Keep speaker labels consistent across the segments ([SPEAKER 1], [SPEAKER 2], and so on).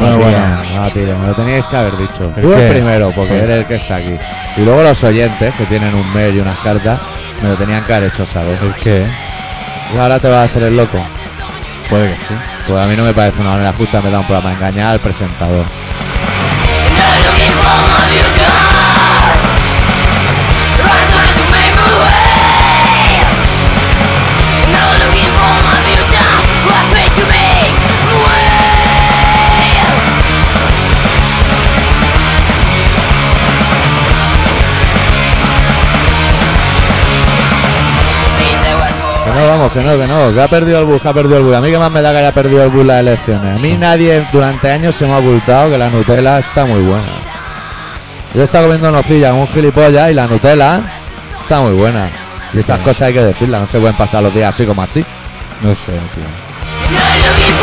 [SPEAKER 1] No, ah, tío, me lo teníais que haber dicho.
[SPEAKER 2] ¿El
[SPEAKER 1] Tú
[SPEAKER 2] qué?
[SPEAKER 1] el primero, porque
[SPEAKER 2] Pues-
[SPEAKER 1] eres el que está aquí. Y luego los oyentes, que tienen un mail y unas cartas, me lo tenían que haber hecho saber.
[SPEAKER 2] ¿El qué?
[SPEAKER 1] Y ahora te vas a hacer el loco.
[SPEAKER 2] Puede que sí.
[SPEAKER 1] Pues a mí no me parece una manera justa me da un programa engañar al presentador. Que no, vamos, que no, que no, que ha perdido el bus, que ha perdido el bus. A mí que más me da que haya perdido el bus las elecciones. A mí nadie durante años se me ha ocultado que la Nutella está muy buena. Yo he estado comiendo nocilla con un gilipollas y la Nutella está muy buena. Y esas cosas hay que decirlas, no se pueden pasar los días así como así.
[SPEAKER 2] No sé, tío.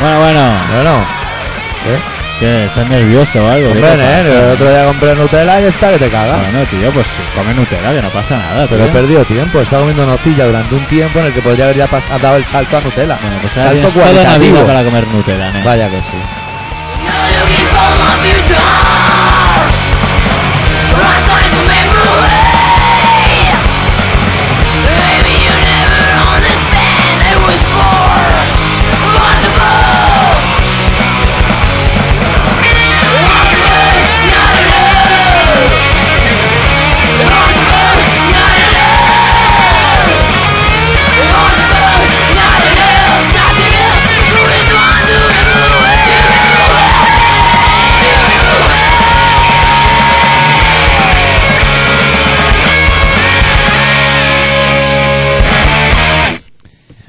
[SPEAKER 3] Bueno, bueno.
[SPEAKER 1] Bueno,
[SPEAKER 3] ¿Qué? ¿Estás nervioso o algo? ¿Qué
[SPEAKER 1] compré,
[SPEAKER 3] te
[SPEAKER 1] ¿eh?
[SPEAKER 3] pasa?
[SPEAKER 1] El otro día compré Nutella y está que te cagas.
[SPEAKER 3] Bueno, tío, pues sí, come Nutella, que no pasa nada,
[SPEAKER 1] Pero he
[SPEAKER 3] tío.
[SPEAKER 1] perdido tiempo, he estado comiendo nocilla durante un tiempo en el que podría haber ya pas- dado el salto a Nutella.
[SPEAKER 3] Bueno, pues ahora
[SPEAKER 1] salto
[SPEAKER 3] tienes toda una vida
[SPEAKER 1] cualitativo.
[SPEAKER 3] para comer Nutella, ¿no?
[SPEAKER 1] Vaya que sí.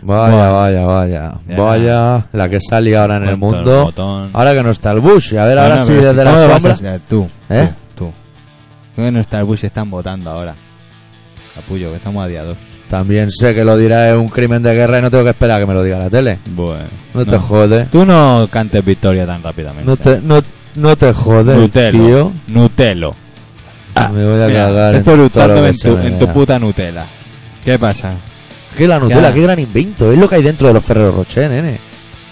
[SPEAKER 1] Vaya,
[SPEAKER 3] Bueno.
[SPEAKER 1] vaya, vaya.
[SPEAKER 3] Ya.
[SPEAKER 1] Vaya, la que sale ahora en el
[SPEAKER 3] Cuento el
[SPEAKER 1] mundo.
[SPEAKER 3] botón.
[SPEAKER 1] Ahora que no está el Bush. Y a ver,
[SPEAKER 3] No,
[SPEAKER 1] ahora
[SPEAKER 3] no,
[SPEAKER 1] sí,
[SPEAKER 3] pero
[SPEAKER 1] desde
[SPEAKER 3] si- ¿cómo
[SPEAKER 1] la
[SPEAKER 3] lo vas
[SPEAKER 1] sombra.
[SPEAKER 3] a hacer? Tú,
[SPEAKER 1] ¿Eh?
[SPEAKER 3] tú, tú. que no está el Bush? Están votando ahora. Capullo, que estamos a día 2.
[SPEAKER 1] También sé que lo dirá es un crimen de guerra y no tengo que esperar a que me lo diga la tele.
[SPEAKER 3] Bueno.
[SPEAKER 1] No, te jodes.
[SPEAKER 3] Tú no cantes victoria tan rápidamente.
[SPEAKER 1] No te, no, no te jodes,
[SPEAKER 3] Nutelo.
[SPEAKER 1] tío.
[SPEAKER 3] Nutelo.
[SPEAKER 1] me voy a
[SPEAKER 3] Ah, Mira,
[SPEAKER 1] cagar en
[SPEAKER 3] esto lo
[SPEAKER 1] todo lo
[SPEAKER 3] tardo
[SPEAKER 1] que
[SPEAKER 3] en,
[SPEAKER 1] se
[SPEAKER 3] tu,
[SPEAKER 1] me
[SPEAKER 3] en
[SPEAKER 1] da.
[SPEAKER 3] tu puta Nutella. ¿Qué pasa?
[SPEAKER 1] Qué la Nutella,
[SPEAKER 3] Ya.
[SPEAKER 1] qué gran invento. Es lo que hay dentro de los Ferrero Rocher, nene.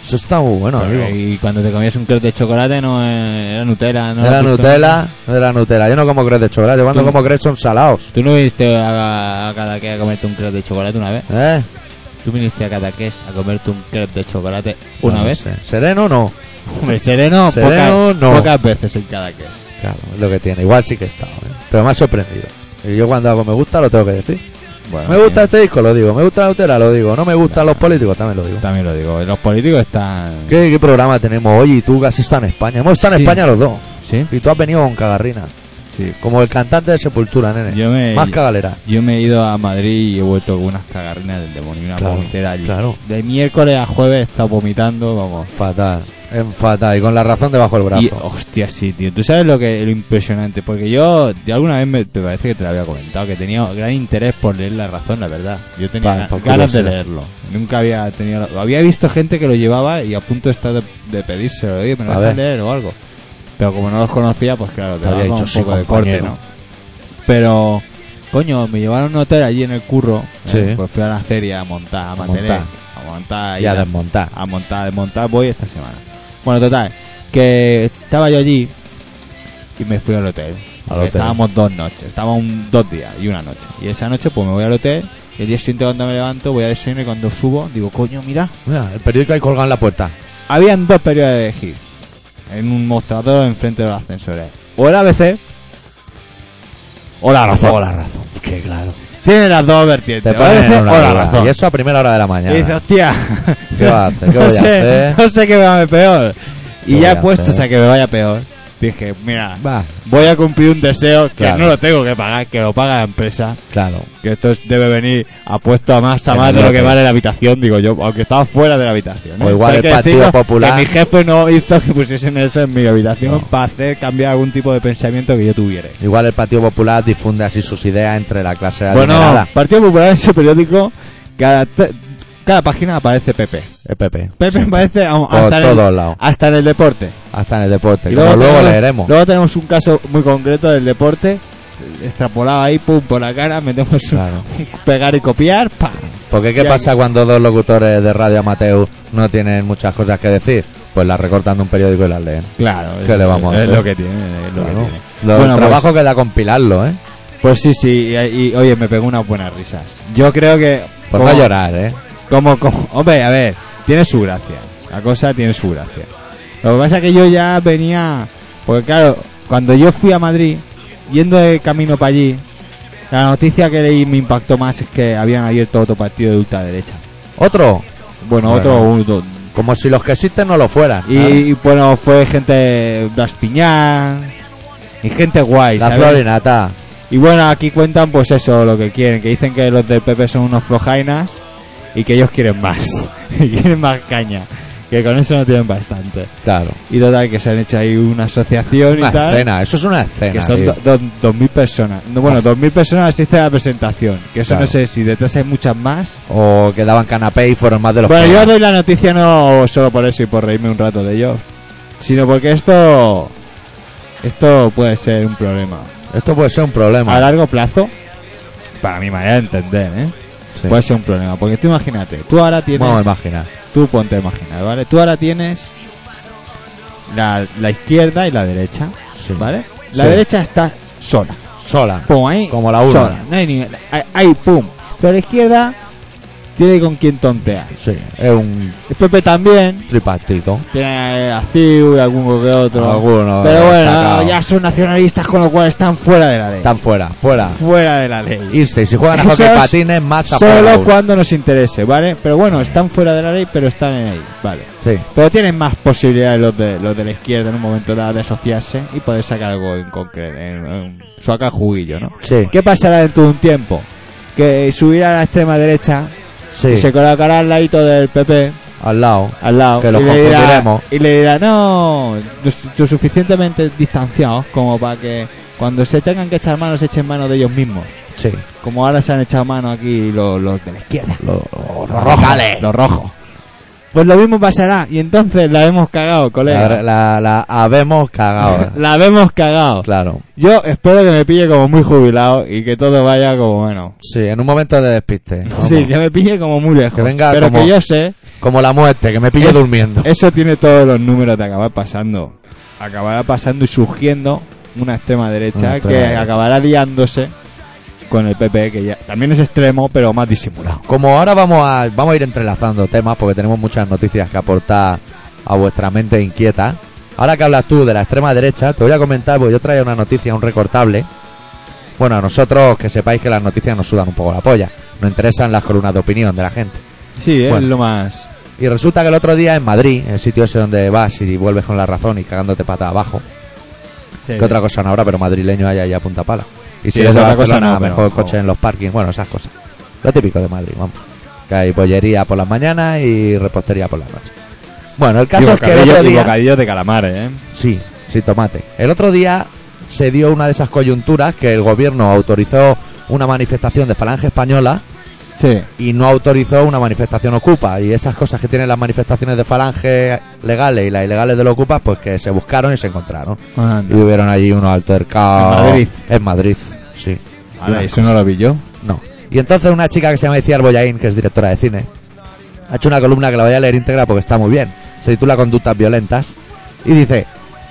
[SPEAKER 1] Eso está muy bueno,
[SPEAKER 3] Pero,
[SPEAKER 1] amigo.
[SPEAKER 3] Pues y cuando te comías un croc de chocolate no eh, era Nutella, ¿no?
[SPEAKER 1] era
[SPEAKER 3] Tú-
[SPEAKER 1] Nutella, era Nutella. Yo no como crees de chocolate, yo cuando
[SPEAKER 3] Tú-
[SPEAKER 1] como crees son salados.
[SPEAKER 3] ¿Tú no viniste a, a Cadaqués a comerte un crepe de chocolate una vez?
[SPEAKER 1] ¿Eh?
[SPEAKER 3] ¿Tú viniste a Cadaqués a comerte un crepe de chocolate una
[SPEAKER 1] No
[SPEAKER 3] vez?
[SPEAKER 1] sé. ¿Sereno no?
[SPEAKER 3] Hombre, sereno,
[SPEAKER 1] Sereno,
[SPEAKER 3] pocas,
[SPEAKER 1] no.
[SPEAKER 3] pocas veces en Cadaqués.
[SPEAKER 1] Claro, es lo que tiene. Igual sí que está, ¿eh? pero me ha sorprendido. Y yo cuando algo me gusta lo tengo que decir.
[SPEAKER 3] Bueno,
[SPEAKER 1] Me gusta este disco, lo digo. Me gusta la Nutella, lo digo. No me gustan los políticos, también lo digo.
[SPEAKER 3] También lo digo. Los políticos están...
[SPEAKER 1] ¿Qué, qué programa tenemos hoy? Y tú casi estás en España. Hemos estado en
[SPEAKER 3] Sí.
[SPEAKER 1] España los dos.
[SPEAKER 3] ¿Sí?
[SPEAKER 1] Y tú has venido con cagarrina.
[SPEAKER 3] Sí.
[SPEAKER 1] Como el cantante de Sepultura, nene.
[SPEAKER 3] Yo me...
[SPEAKER 1] Más cagalera.
[SPEAKER 3] Yo me he ido a Madrid y he vuelto con unas cagarrinas del demonio, una
[SPEAKER 1] Claro,
[SPEAKER 3] vomitera allí.
[SPEAKER 1] claro.
[SPEAKER 3] De miércoles a jueves está vomitando, vamos.
[SPEAKER 1] Fatal. En fatal. Y con la razón debajo del brazo.
[SPEAKER 3] Y oh, hostia, sí, tío. Tú sabes lo que lo impresionante, porque yo de alguna vez me te parece que te lo había comentado que tenía gran interés por leer la razón, la verdad. Yo tenía
[SPEAKER 1] Vale,
[SPEAKER 3] ga-
[SPEAKER 1] por
[SPEAKER 3] ganas de
[SPEAKER 1] curiosidad.
[SPEAKER 3] leerlo. Nunca había tenido, la- había visto gente que lo llevaba y a punto está de, de pedírselo, oye, me lo
[SPEAKER 1] A
[SPEAKER 3] dejas
[SPEAKER 1] ver.
[SPEAKER 3] leer o algo. Pero como no los conocía, pues claro, te
[SPEAKER 1] Te había
[SPEAKER 3] daba
[SPEAKER 1] dicho,
[SPEAKER 3] un
[SPEAKER 1] "Sí,
[SPEAKER 3] poco de corte,
[SPEAKER 1] compañero".
[SPEAKER 3] ¿no? Pero coño, me llevaron a un hotel allí en el curro,
[SPEAKER 1] Sí.
[SPEAKER 3] eh, pues fui a la feria a montar, a, mantener,
[SPEAKER 1] montar.
[SPEAKER 3] a montar
[SPEAKER 1] Y a desmontar.
[SPEAKER 3] a montar, desmontar voy esta semana. Bueno, total, que estaba yo allí y me fui al hotel.
[SPEAKER 1] Al hotel.
[SPEAKER 3] Estábamos dos noches, estábamos un- dos días y una noche. Y esa noche pues me voy al hotel y el día siguiente cuando me levanto voy a desayunar y cuando subo digo, coño, mira,
[SPEAKER 1] Mira, el periódico hay colgado en la puerta.
[SPEAKER 3] habían dos periodos de elegir en un mostrador enfrente de los ascensores. O el ABC o la razón.
[SPEAKER 1] Tengo la razón. Que claro.
[SPEAKER 3] Tiene las dos vertientes.
[SPEAKER 1] Te
[SPEAKER 3] o
[SPEAKER 1] ponen
[SPEAKER 3] ABC
[SPEAKER 1] en una
[SPEAKER 3] o la
[SPEAKER 1] duda.
[SPEAKER 3] razón.
[SPEAKER 1] Y eso a primera hora de la
[SPEAKER 3] Y dice,
[SPEAKER 1] mañana.
[SPEAKER 3] hostia,
[SPEAKER 1] ¿Qué va a hacer? ¿Qué
[SPEAKER 3] no
[SPEAKER 1] voy a
[SPEAKER 3] sé,
[SPEAKER 1] hacer?
[SPEAKER 3] No sé qué me va a ir peor.
[SPEAKER 1] ¿Qué
[SPEAKER 3] Y ya
[SPEAKER 1] voy a
[SPEAKER 3] puestos
[SPEAKER 1] hacer?
[SPEAKER 3] a que me vaya peor, dije, mira,
[SPEAKER 1] Va,
[SPEAKER 3] voy a cumplir un deseo que
[SPEAKER 1] Claro.
[SPEAKER 3] no lo tengo que pagar, que lo paga la empresa.
[SPEAKER 1] claro.
[SPEAKER 3] Que esto es- debe venir apuesto a más, a
[SPEAKER 1] En
[SPEAKER 3] más
[SPEAKER 1] el
[SPEAKER 3] de lo que
[SPEAKER 1] lote.
[SPEAKER 3] vale la habitación, digo yo, aunque estaba fuera de la habitación. ¿eh?
[SPEAKER 1] O igual
[SPEAKER 3] Hay
[SPEAKER 1] el
[SPEAKER 3] que
[SPEAKER 1] Partido
[SPEAKER 3] decirlo,
[SPEAKER 1] Popular.
[SPEAKER 3] Que mi jefe no hizo que pusiesen eso en mi habitación
[SPEAKER 1] No.
[SPEAKER 3] para hacer cambiar algún tipo de pensamiento que yo tuviera.
[SPEAKER 1] Igual el Partido Popular difunde así sus ideas entre la clase
[SPEAKER 3] Bueno,
[SPEAKER 1] adinerada.
[SPEAKER 3] Partido Popular en su periódico, cada, te- cada página aparece PP.
[SPEAKER 1] Es Pepe.
[SPEAKER 3] Pepe me parece vamos,
[SPEAKER 1] Por
[SPEAKER 3] hasta, en
[SPEAKER 1] todos
[SPEAKER 3] el,
[SPEAKER 1] lados.
[SPEAKER 3] hasta en el deporte.
[SPEAKER 1] Hasta en el deporte.
[SPEAKER 3] Y
[SPEAKER 1] como luego
[SPEAKER 3] tenemos-
[SPEAKER 1] leeremos.
[SPEAKER 3] Luego tenemos un caso muy concreto del deporte, extrapolado ahí, pum, por la cara, metemos un-
[SPEAKER 1] Claro.
[SPEAKER 3] pegar y copiar, pa.
[SPEAKER 1] Porque ¿qué
[SPEAKER 3] Ya-
[SPEAKER 1] pasa cuando dos locutores de radio amateur no tienen muchas cosas que decir? Pues las recortan de un periódico y las leen.
[SPEAKER 3] Claro,
[SPEAKER 1] ¿Qué
[SPEAKER 3] es,
[SPEAKER 1] le vamos a
[SPEAKER 3] es
[SPEAKER 1] hacer?
[SPEAKER 3] lo que tiene, es lo
[SPEAKER 1] Claro.
[SPEAKER 3] que tiene.
[SPEAKER 1] Lo-
[SPEAKER 3] Bueno,
[SPEAKER 1] el
[SPEAKER 3] pues-
[SPEAKER 1] trabajo que da compilarlo, ¿eh?
[SPEAKER 3] Pues sí, sí, y, y, oye, me pegó unas buenas risas. Yo creo que...
[SPEAKER 1] Pues no
[SPEAKER 3] como-
[SPEAKER 1] llorar, ¿eh?
[SPEAKER 3] Como, como, hombre, a ver, tiene su gracia. La cosa tiene su gracia. Lo que pasa es que yo ya venía, porque claro, cuando yo fui a Madrid, yendo de camino para allí, la noticia que leí me impactó más es que habían abierto otro partido de ultraderecha.
[SPEAKER 1] Otro,
[SPEAKER 3] Bueno,
[SPEAKER 1] Bueno.
[SPEAKER 3] otro, otro-
[SPEAKER 1] como si los que existen no lo fueran.
[SPEAKER 3] y,
[SPEAKER 1] ¿sabes?
[SPEAKER 3] y, bueno, fue gente Blas Piñán y gente guay,
[SPEAKER 1] la
[SPEAKER 3] ¿sabes?
[SPEAKER 1] florinata.
[SPEAKER 3] Y bueno, aquí cuentan pues eso, lo que quieren, que dicen que los del PP son unos flojainas y que ellos quieren más, y quieren más caña, que con eso no tienen bastante.
[SPEAKER 1] Claro.
[SPEAKER 3] Y total, que se han hecho ahí una asociación
[SPEAKER 1] Una
[SPEAKER 3] y tal,
[SPEAKER 1] escena, eso es una escena.
[SPEAKER 3] que son
[SPEAKER 1] tío.
[SPEAKER 3] do- do- dos mil personas. No, bueno, dos mil personas asisten a la presentación, que eso
[SPEAKER 1] Claro.
[SPEAKER 3] no sé si detrás hay muchas más.
[SPEAKER 1] O que daban canapé y fueron más de los
[SPEAKER 3] Bueno,
[SPEAKER 1] que
[SPEAKER 3] yo
[SPEAKER 1] daban.
[SPEAKER 3] doy la noticia no solo por eso y por reírme un rato de ellos, sino porque esto... Esto puede ser un problema.
[SPEAKER 1] Esto puede ser un
[SPEAKER 3] A
[SPEAKER 1] problema.
[SPEAKER 3] largo plazo, para mi manera de entender, ¿eh?
[SPEAKER 1] Sí.
[SPEAKER 3] puede ser un problema. Porque tú imagínate, tú ahora tienes.
[SPEAKER 1] Vamos a imaginar.
[SPEAKER 3] tú ponte a imaginar, ¿vale? Tú ahora tienes la, la izquierda y la derecha,
[SPEAKER 1] Sí.
[SPEAKER 3] ¿vale? La
[SPEAKER 1] Sí.
[SPEAKER 3] derecha está sola.
[SPEAKER 1] Sola.
[SPEAKER 3] Pum, ahí.
[SPEAKER 1] Como la urna.
[SPEAKER 3] Sola. No hay ni- ahí- Ahí, pum. Pero la izquierda tiene con quien tontear.
[SPEAKER 1] Sí. Es un
[SPEAKER 3] El PP también.
[SPEAKER 1] tripartito.
[SPEAKER 3] Tiene a CIU y algún que otro.
[SPEAKER 1] Alguno
[SPEAKER 3] Pero bueno,
[SPEAKER 1] destacado.
[SPEAKER 3] ya son nacionalistas, con lo cual están fuera de la ley.
[SPEAKER 1] Están fuera, fuera.
[SPEAKER 3] fuera de la ley.
[SPEAKER 1] Irse. Y si juegan a
[SPEAKER 3] Esos
[SPEAKER 1] hockey patines, más afuera
[SPEAKER 3] Solo
[SPEAKER 1] aún.
[SPEAKER 3] cuando nos interese, ¿vale? Pero bueno, están fuera de la ley, pero están en ahí, ¿vale?
[SPEAKER 1] Sí.
[SPEAKER 3] Pero tienen más posibilidades los de, los de la izquierda en un momento dado de asociarse y poder sacar algo en concreto, en, en- sacar juguillo, ¿no?
[SPEAKER 1] Sí.
[SPEAKER 3] ¿Qué pasará dentro de un tiempo? Que subirá a la extrema derecha
[SPEAKER 1] Sí.
[SPEAKER 3] y se colocará al ladito del PP,
[SPEAKER 1] Al lado.
[SPEAKER 3] al lado,
[SPEAKER 1] Que los
[SPEAKER 3] y, le dirá,
[SPEAKER 1] confundiremos.
[SPEAKER 3] y le dirá, no, lo, su- lo suficientemente distanciados como para que cuando se tengan que echar manos, se echen manos de ellos mismos.
[SPEAKER 1] Sí.
[SPEAKER 3] Como ahora se han echado mano aquí los, los de la izquierda.
[SPEAKER 1] Los, los
[SPEAKER 3] Los rojos.
[SPEAKER 1] rojales.
[SPEAKER 3] Los rojos. Pues lo mismo pasará. Y entonces la hemos cagado, colega.
[SPEAKER 1] La, la, la habemos cagado. ¿eh?
[SPEAKER 3] La hemos cagado.
[SPEAKER 1] claro.
[SPEAKER 3] Yo espero que me pille como muy jubilado y que todo vaya como bueno.
[SPEAKER 1] Sí, en un momento de despiste. Vamos.
[SPEAKER 3] Sí, que me pille como muy lejos.
[SPEAKER 1] Que venga
[SPEAKER 3] pero
[SPEAKER 1] como-
[SPEAKER 3] que yo sé,
[SPEAKER 1] Como la muerte, que me pilla
[SPEAKER 3] Es-
[SPEAKER 1] durmiendo.
[SPEAKER 3] eso tiene todos los números de acabar pasando. Acabará pasando y surgiendo una extrema derecha
[SPEAKER 1] Una extrema
[SPEAKER 3] que
[SPEAKER 1] derecha.
[SPEAKER 3] acabará liándose con el PP, que ya también es extremo, pero más disimulado.
[SPEAKER 1] Como ahora vamos a, vamos a ir entrelazando temas porque tenemos muchas noticias que aportar a vuestra mente inquieta. Ahora que hablas tú de la extrema derecha, te voy a comentar, porque yo traía una noticia, un recortable. Bueno, a nosotros que sepáis que las noticias nos sudan un poco la polla. Nos interesan las columnas de opinión de la gente.
[SPEAKER 3] Sí, es
[SPEAKER 1] Bueno.
[SPEAKER 3] lo más.
[SPEAKER 1] Y resulta que el otro día en Madrid, en el sitio ese donde vas y vuelves con la razón y cagándote pata abajo,
[SPEAKER 3] Sí.
[SPEAKER 1] que otra cosa no habrá, pero madrileño hay ahí a punta pala. Y si
[SPEAKER 3] Sí,
[SPEAKER 1] eres de
[SPEAKER 3] otra cosa
[SPEAKER 1] Barcelona,
[SPEAKER 3] no, pero
[SPEAKER 1] mejor
[SPEAKER 3] como-
[SPEAKER 1] coche en los parkings, bueno, esas cosas. Lo típico de Madrid, vamos. Que hay bollería por las mañanas y repostería por las noches. Bueno, el caso
[SPEAKER 3] Y
[SPEAKER 1] es que el
[SPEAKER 3] bocadillo-
[SPEAKER 1] otro
[SPEAKER 3] y
[SPEAKER 1] día...
[SPEAKER 3] bocadillo de calamares, ¿eh?
[SPEAKER 1] Sí, sí, tomate. El otro día se dio una de esas coyunturas que el gobierno autorizó una manifestación de falange española
[SPEAKER 3] Sí.
[SPEAKER 1] y no autorizó una manifestación ocupa y esas cosas que tienen las manifestaciones de falange legales y las ilegales de los ocupas pues que se buscaron y se encontraron y hubieron allí unos altercados
[SPEAKER 3] En Madrid.
[SPEAKER 1] en Madrid sí
[SPEAKER 3] Ahora, eso no lo vi yo.
[SPEAKER 1] no y entonces una chica que se llama Iciar Boyain que es directora de cine ha hecho una columna que la voy a leer íntegra porque está muy bien se titula Conductas Violentas y dice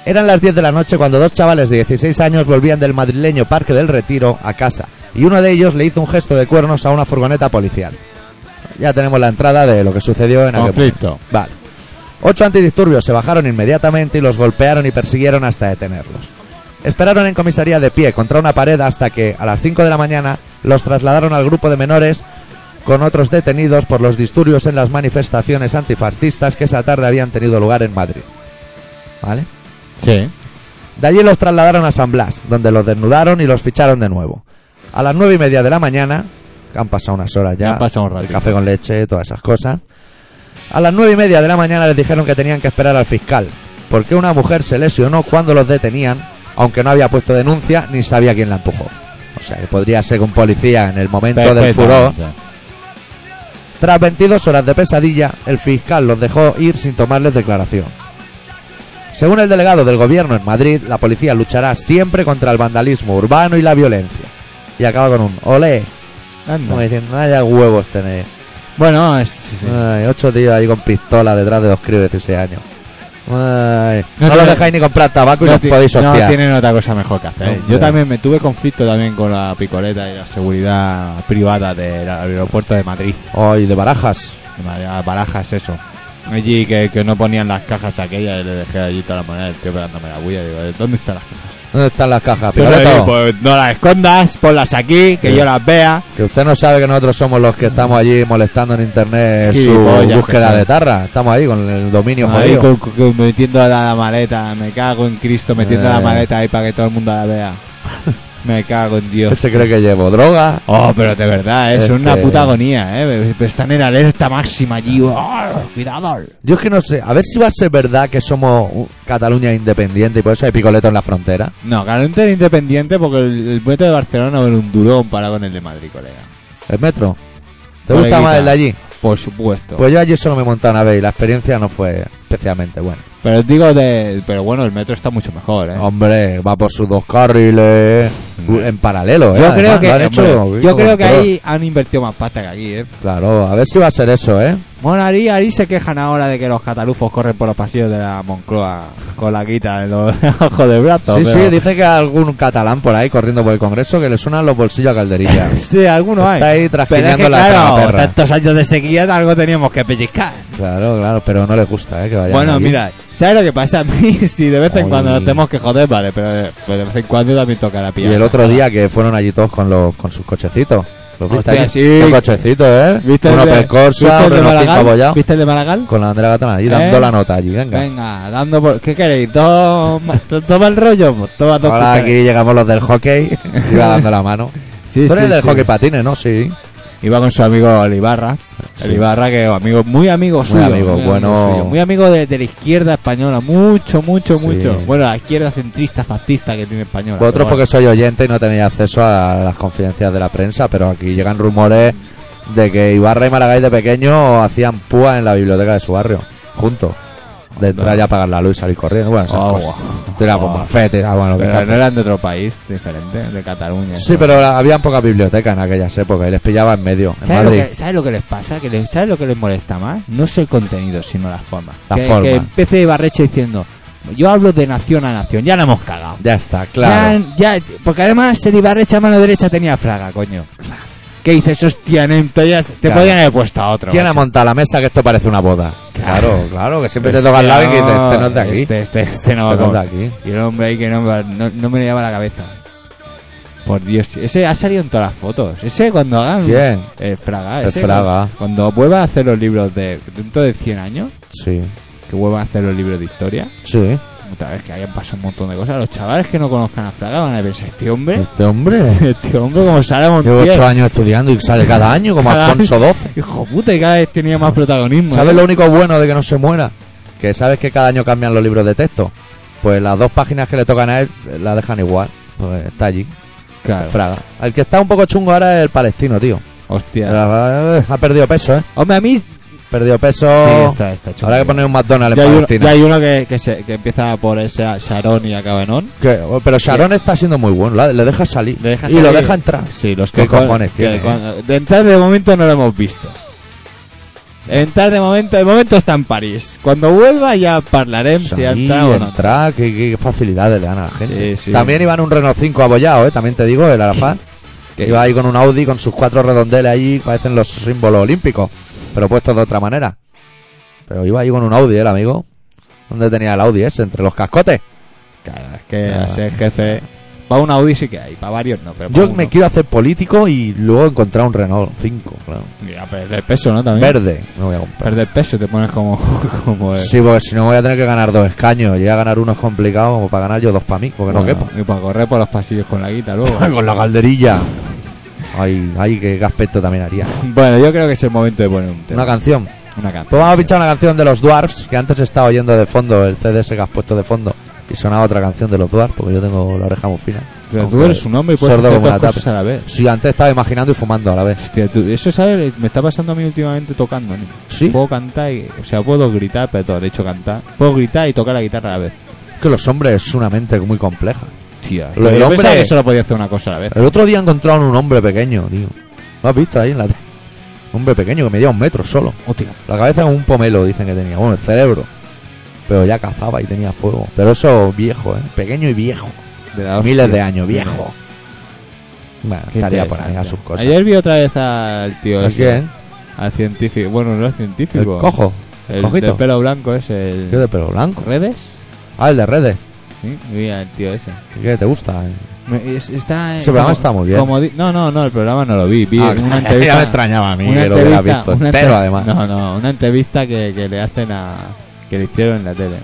[SPEAKER 1] eran las 10 de la noche cuando dos chavales de 16 años volvían del madrileño Parque del Retiro a casa y uno de ellos le hizo un gesto de cuernos a una furgoneta policial. Ya tenemos la entrada de lo que sucedió en aquel
[SPEAKER 3] Conflicto.
[SPEAKER 1] momento. Vale. Ocho antidisturbios se bajaron inmediatamente y los golpearon y persiguieron hasta detenerlos. Esperaron en comisaría de pie contra una pared hasta que, a las 5 de la mañana, los trasladaron al grupo de menores con otros detenidos por los disturbios en las manifestaciones antifascistas que esa tarde habían tenido lugar en Madrid. ¿Vale?
[SPEAKER 3] Sí.
[SPEAKER 1] De allí los trasladaron a San Blas, donde los desnudaron y los ficharon de nuevo. A las nueve y media de la mañana, que han pasado unas horas ya,
[SPEAKER 3] Ya han pasado un ratito.
[SPEAKER 1] el café con leche, todas esas cosas. A las nueve y media de la mañana les dijeron que tenían que esperar al fiscal, porque una mujer se lesionó cuando los detenían, aunque no había puesto denuncia ni sabía quién la empujó. O sea, que podría ser que un policía en el momento del furor Tras 22 horas de pesadilla, el fiscal los dejó ir sin tomarles declaración. Según el delegado del gobierno en Madrid, la policía luchará siempre contra el vandalismo urbano y la violencia. Y acaba con un olé,
[SPEAKER 3] Anda.
[SPEAKER 1] como diciendo, vaya huevos tenéis.
[SPEAKER 3] Bueno, es, sí.
[SPEAKER 1] Ay, ocho tíos ahí con pistola detrás de los críos de 16 años. Ay,
[SPEAKER 3] No
[SPEAKER 1] no los
[SPEAKER 3] tiene-
[SPEAKER 1] dejáis ni comprar tabaco y
[SPEAKER 3] no
[SPEAKER 1] los
[SPEAKER 3] ti-
[SPEAKER 1] podéis
[SPEAKER 3] no
[SPEAKER 1] hostiar.
[SPEAKER 3] tienen otra cosa mejor que hacer. ¿eh?
[SPEAKER 1] Hombre.
[SPEAKER 3] Yo también me tuve conflicto también con la picoleta y la seguridad privada del aeropuerto de Madrid.
[SPEAKER 1] Ay, de barajas.
[SPEAKER 3] de Madrid, a Barajas, eso. Allí que, que no ponían las cajas aquellas y le dejé allí todas las monedas, el tío pegándome la bulla. Digo, ¿dónde están las cajas?
[SPEAKER 1] ¿Dónde están las cajas,
[SPEAKER 3] Pues,
[SPEAKER 1] Picoleto?
[SPEAKER 3] pues, no las escondas, ponlas aquí, que
[SPEAKER 1] Sí.
[SPEAKER 3] yo las vea.
[SPEAKER 1] Que usted no sabe que nosotros somos los que estamos allí molestando en internet
[SPEAKER 3] Sí,
[SPEAKER 1] su
[SPEAKER 3] pues, ya
[SPEAKER 1] búsqueda
[SPEAKER 3] empezamos.
[SPEAKER 1] de tarra. Estamos ahí con el dominio
[SPEAKER 3] Ahí
[SPEAKER 1] jodido.
[SPEAKER 3] con- con- con- metiendo la, la maleta, me cago en Cristo, metiendo la
[SPEAKER 1] Eh.
[SPEAKER 3] maleta ahí para que todo el mundo la vea. Me cago en
[SPEAKER 1] Él
[SPEAKER 3] Dios.
[SPEAKER 1] se cree que llevo droga.
[SPEAKER 3] Oh, pero de verdad, ¿eh?
[SPEAKER 1] Es
[SPEAKER 3] son una
[SPEAKER 1] que-
[SPEAKER 3] puta agonía, ¿eh? Pero Están en alerta máxima allí. ¡Oh, cuidado.
[SPEAKER 1] Yo es que no sé, a ver si va a ser verdad que somos uh, Cataluña independiente y por eso hay picoleto en la frontera.
[SPEAKER 3] No, Calente era independiente porque el, el puente de Barcelona era un duro comparado con el de Madrid, colega.
[SPEAKER 1] El metro. ¿Te
[SPEAKER 3] Coleguita.
[SPEAKER 1] gusta más el de allí?
[SPEAKER 3] Por supuesto.
[SPEAKER 1] Pues yo allí solo me monté una vez y la experiencia no fue especialmente buena.
[SPEAKER 3] pero digo de... Pero bueno, el metro está mucho mejor,
[SPEAKER 1] Oh,
[SPEAKER 3] ¿eh?
[SPEAKER 1] Hombre, va por sus dos carriles u- en paralelo. ¿eh?
[SPEAKER 3] Yo
[SPEAKER 1] Además,
[SPEAKER 3] creo
[SPEAKER 1] lo han
[SPEAKER 3] que...
[SPEAKER 1] hecho,
[SPEAKER 3] hombre,
[SPEAKER 1] uy,
[SPEAKER 3] yo creo
[SPEAKER 1] con
[SPEAKER 3] que
[SPEAKER 1] todo.
[SPEAKER 3] ahí han invertido más pasta que aquí, ¿eh?
[SPEAKER 1] Claro, a ver si va a ser eso, ¿eh?
[SPEAKER 3] Bueno, ahí, ahí se quejan ahora de que los catalufos corren por los pasillos de la Moncloa con la guita en los ojos de brazo.
[SPEAKER 1] Sí, sí,
[SPEAKER 3] pero-
[SPEAKER 1] dice que algún catalán por ahí corriendo por el Congreso que le suenan los bolsillos a calderilla.
[SPEAKER 3] Sí, algunos hay.
[SPEAKER 1] Está ahí
[SPEAKER 3] Pero es
[SPEAKER 1] trasquiñando
[SPEAKER 3] que,
[SPEAKER 1] la
[SPEAKER 3] claro,
[SPEAKER 1] tragaperra.
[SPEAKER 3] tantos años de sequía algo teníamos que pellizcar.
[SPEAKER 1] Claro, claro, pero no le gusta, ¿eh? Que vayan
[SPEAKER 3] Bueno,
[SPEAKER 1] allí.
[SPEAKER 3] mira, ¿sabes lo que pasa? A mí, si de vez en
[SPEAKER 1] Uy.
[SPEAKER 3] cuando nos tenemos que joder, vale, pero de, pero de vez en cuando también toca la
[SPEAKER 1] Y
[SPEAKER 3] piel.
[SPEAKER 1] el otro día que fueron allí todos con los con sus cochecitos. ¿Los viste
[SPEAKER 3] Hostia,
[SPEAKER 1] allí?
[SPEAKER 3] sí.
[SPEAKER 1] Los cochecitos, ¿eh?
[SPEAKER 3] ¿Viste
[SPEAKER 1] Uno
[SPEAKER 3] el de,
[SPEAKER 1] per Corsa,
[SPEAKER 3] ¿viste el
[SPEAKER 1] un
[SPEAKER 3] de
[SPEAKER 1] Renault cinco abollado.
[SPEAKER 3] Maragall? ¿Viste el de Maragall?
[SPEAKER 1] Con la Andrea Gatana allí
[SPEAKER 3] ¿Eh?
[SPEAKER 1] dando la nota allí, venga.
[SPEAKER 3] Venga, dando por... ¿Qué queréis? ¿Dos... ma- to- Toma el rollo, pues, toma dos
[SPEAKER 1] Ahora
[SPEAKER 3] cucharas.
[SPEAKER 1] aquí llegamos los del hockey. Iba dando la mano.
[SPEAKER 3] Sí,
[SPEAKER 1] Tú eres
[SPEAKER 3] sí,
[SPEAKER 1] del
[SPEAKER 3] sí.
[SPEAKER 1] hockey patines, ¿no? Sí.
[SPEAKER 3] Iba con su amigo Olivarra.
[SPEAKER 1] Sí.
[SPEAKER 3] Olivarra que es amigo, muy amigo suyo.
[SPEAKER 1] amigo, bueno.
[SPEAKER 3] suyo, muy amigo de, de la izquierda española. Mucho, mucho,
[SPEAKER 1] Sí.
[SPEAKER 3] mucho. Bueno, la izquierda centrista, fascista que tiene española.
[SPEAKER 1] Vosotros
[SPEAKER 3] pero
[SPEAKER 1] porque sois oyente y no tenéis acceso a las confidencias de la prensa, pero aquí llegan rumores de que Ibarra y Maragall de pequeño hacían púa en la biblioteca de su barrio, juntos. De entrar ya a pagar la luz y salir corriendo. Bueno, esas
[SPEAKER 3] Oh,
[SPEAKER 1] cosas.
[SPEAKER 3] wow.
[SPEAKER 1] Tirar
[SPEAKER 3] Wow.
[SPEAKER 1] bombafetes, ah, bueno, lo que
[SPEAKER 3] Pero
[SPEAKER 1] se hace.
[SPEAKER 3] no eran de otro país diferente, de Cataluña.
[SPEAKER 1] Sí, pero la- habían pocas bibliotecas en aquellas épocas y les pillaba en medio, en
[SPEAKER 3] ¿Sabes lo,
[SPEAKER 1] Madrid.
[SPEAKER 3] que, sabes lo que les pasa? Que les- ¿Sabes lo que les molesta más? No es el contenido, sino la forma.
[SPEAKER 1] La
[SPEAKER 3] que,
[SPEAKER 1] forma.
[SPEAKER 3] que empiece Barrecho diciendo, yo hablo de nación a nación, ya la hemos cagado.
[SPEAKER 1] Ya está, claro.
[SPEAKER 3] Ya, ya- porque además el Ibarrecha a mano derecha tenía fraga, coño. ¿Qué dices? Hostia, nen, te, ya- te
[SPEAKER 1] Claro.
[SPEAKER 3] podían haber puesto a otro.
[SPEAKER 1] ¿Quién ha
[SPEAKER 3] macho.
[SPEAKER 1] montado la mesa que esto parece una boda?
[SPEAKER 3] Claro.
[SPEAKER 1] Claro, claro, que siempre te
[SPEAKER 3] Hostia,
[SPEAKER 1] toca al lado y que dices, este no es de aquí.
[SPEAKER 3] Este, este, este no
[SPEAKER 1] Este
[SPEAKER 3] va
[SPEAKER 1] no es de
[SPEAKER 3] con-
[SPEAKER 1] aquí.
[SPEAKER 3] Y el hombre ahí que no, me- no, no me le lleva la cabeza. Por Dios, ese ha salido en todas las fotos. Ese cuando hagan...
[SPEAKER 1] ¿Quién?
[SPEAKER 3] El Fraga,
[SPEAKER 1] El
[SPEAKER 3] ese,
[SPEAKER 1] eh. Fraga.
[SPEAKER 3] Este ¿no? Cuando vuelvan a hacer los libros de dentro de 100 años,
[SPEAKER 1] Sí,
[SPEAKER 3] que vuelvan a hacer los libros de historia,
[SPEAKER 1] sí.
[SPEAKER 3] puta vez que hayan pasado un montón de cosas, los chavales que no conozcan a Fraga van a pensar, este hombre,
[SPEAKER 1] Este hombre.
[SPEAKER 3] este hombre como sale a
[SPEAKER 1] Llevo
[SPEAKER 3] Montiel.
[SPEAKER 1] ocho años estudiando y sale cada año como
[SPEAKER 3] Cada
[SPEAKER 1] Alfonso XII.
[SPEAKER 3] Hijo puta, y cada vez tenía más protagonismo.
[SPEAKER 1] ¿Sabes
[SPEAKER 3] ¿eh?
[SPEAKER 1] lo único bueno de que no se muera? Que sabes que cada año cambian los libros de texto. Pues las dos páginas que le tocan a él eh, la dejan igual. Pues está allí,
[SPEAKER 3] Claro.
[SPEAKER 1] Fraga. El que está un poco chungo ahora es el palestino, tío.
[SPEAKER 3] Hostia.
[SPEAKER 1] Eh, Ha perdido peso, ¿eh?
[SPEAKER 3] Hombre, a mí...
[SPEAKER 1] Perdido peso.
[SPEAKER 3] Sí, está, está chulo.
[SPEAKER 1] Habrá que poner un McDonald's
[SPEAKER 3] Ya
[SPEAKER 1] en
[SPEAKER 3] hay, uno,
[SPEAKER 1] Palestina.
[SPEAKER 3] ya hay uno que, que, se, que empieza por ese Sharon y acaba en On.
[SPEAKER 1] Que- oh, pero Sharon está siendo muy bueno. la- le deja salir.
[SPEAKER 3] Le deja
[SPEAKER 1] y lo
[SPEAKER 3] salir.
[SPEAKER 1] deja entrar.
[SPEAKER 3] Sí, los
[SPEAKER 1] ¿Qué
[SPEAKER 3] cojones,
[SPEAKER 1] cojones
[SPEAKER 3] que
[SPEAKER 1] tiene, eh?
[SPEAKER 3] cuando- de entrar de momento no lo hemos visto. Entrar de momento, de momento está en París. Cuando vuelva ya hablaremos si ha
[SPEAKER 1] Salir,
[SPEAKER 3] entrado o no.
[SPEAKER 1] entrar, qué, qué facilidades le dan a la gente.
[SPEAKER 3] Sí, sí.
[SPEAKER 1] También iba en un Renault 5 abollado, ¿eh? También te digo, el Arafat.
[SPEAKER 3] Que-
[SPEAKER 1] Iba ahí con un Audi con sus cuatro redondeles ahí, parecen los símbolos olímpicos, pero puestos de otra manera. Pero iba ahí con un Audi, ¿eh, el amigo? ¿Dónde tenía el Audi ese? ¿Entre los cascotes?
[SPEAKER 3] Claro, es que
[SPEAKER 1] Nada.
[SPEAKER 3] a ser jefe. Para un Audi sí que hay, para varios no. Pero pa'
[SPEAKER 1] Ah. Yo
[SPEAKER 3] uno.
[SPEAKER 1] me quiero hacer político y luego encontrar un Renault 5, claro.
[SPEAKER 3] Ya, perder peso, ¿no? También.
[SPEAKER 1] Verde, me voy a comprar.
[SPEAKER 3] Perder peso te pones como. como el-
[SPEAKER 1] Sí, porque si no voy ¿Eh? a tener que ganar dos escaños. Y a ganar uno es complicado como para ganar yo dos para mí, porque no
[SPEAKER 3] Bueno,
[SPEAKER 1] quepo.
[SPEAKER 3] Y para correr por los pasillos con la guita luego.
[SPEAKER 1] Con la calderilla. Ay, ay, qué aspecto también haría.
[SPEAKER 3] bueno, yo creo que es el momento de poner un tema.
[SPEAKER 1] Una canción.
[SPEAKER 3] Una canción.
[SPEAKER 1] Pues vamos a pinchar una canción de los Dwarfs, que antes estaba oyendo de fondo el CDS que has puesto de fondo y sonaba otra canción de los Dwarfs, porque yo tengo la oreja muy fina.
[SPEAKER 3] Pero
[SPEAKER 1] Con
[SPEAKER 3] tú
[SPEAKER 1] que-
[SPEAKER 3] eres un hombre y puedes
[SPEAKER 1] sordo
[SPEAKER 3] hacer
[SPEAKER 1] como
[SPEAKER 3] dos
[SPEAKER 1] la
[SPEAKER 3] cosas a la vez.
[SPEAKER 1] Si antes estaba imaginando y fumando a la vez.
[SPEAKER 3] Hostia, tú- eso sabes, me está pasando a mí últimamente tocando. ¿no?
[SPEAKER 1] ¿Sí?
[SPEAKER 3] Puedo cantar y, o sea, puedo gritar, pero todo, de hecho cantar. Puedo gritar y tocar la guitarra a la vez.
[SPEAKER 1] Que los hombres es una mente muy compleja.
[SPEAKER 3] Tía,
[SPEAKER 1] Lo del
[SPEAKER 3] yo
[SPEAKER 1] hombre-
[SPEAKER 3] pensaba que solo podía hacer una cosa a la vez.
[SPEAKER 1] El otro día encontraron un hombre pequeño, tío. ¿Lo has visto ahí en la tele? Un hombre pequeño que medía un metro solo.
[SPEAKER 3] Hostia.
[SPEAKER 1] La cabeza es un pomelo, dicen que tenía. Bueno, el cerebro. Pero ya cazaba y tenía fuego. Pero eso viejo, ¿eh? Pequeño y viejo.
[SPEAKER 3] De la hostia.
[SPEAKER 1] Miles de años, viejo. Bueno,
[SPEAKER 3] Qué
[SPEAKER 1] estaría por ahí a
[SPEAKER 3] interesante.
[SPEAKER 1] sus cosas.
[SPEAKER 3] Ayer vi otra vez al tío.
[SPEAKER 1] ¿El
[SPEAKER 3] ese,
[SPEAKER 1] quién?
[SPEAKER 3] Al científico. Bueno, no al científico.
[SPEAKER 1] El cojo.
[SPEAKER 3] El
[SPEAKER 1] cojito.
[SPEAKER 3] del pelo blanco ese.
[SPEAKER 1] Yo
[SPEAKER 3] El...
[SPEAKER 1] de pelo blanco.
[SPEAKER 3] ¿Redes?
[SPEAKER 1] Ah, el de redes.
[SPEAKER 3] Sí, vi al tío ese.
[SPEAKER 1] ¿Qué te gusta?
[SPEAKER 3] Me- es- Está, eh,
[SPEAKER 1] Ese programa
[SPEAKER 3] como-
[SPEAKER 1] está muy bien.
[SPEAKER 3] como di- no, no, no, el programa no lo vi. Vi
[SPEAKER 1] Ah,
[SPEAKER 3] una
[SPEAKER 1] ya me
[SPEAKER 3] entrevista.
[SPEAKER 1] extrañaba a mí
[SPEAKER 3] una
[SPEAKER 1] que lo hubiera
[SPEAKER 3] entrevista-
[SPEAKER 1] visto
[SPEAKER 3] una
[SPEAKER 1] entero,
[SPEAKER 3] entre-
[SPEAKER 1] además.
[SPEAKER 3] No, no, una entrevista que, que le hacen a. que le hicieron en la tele.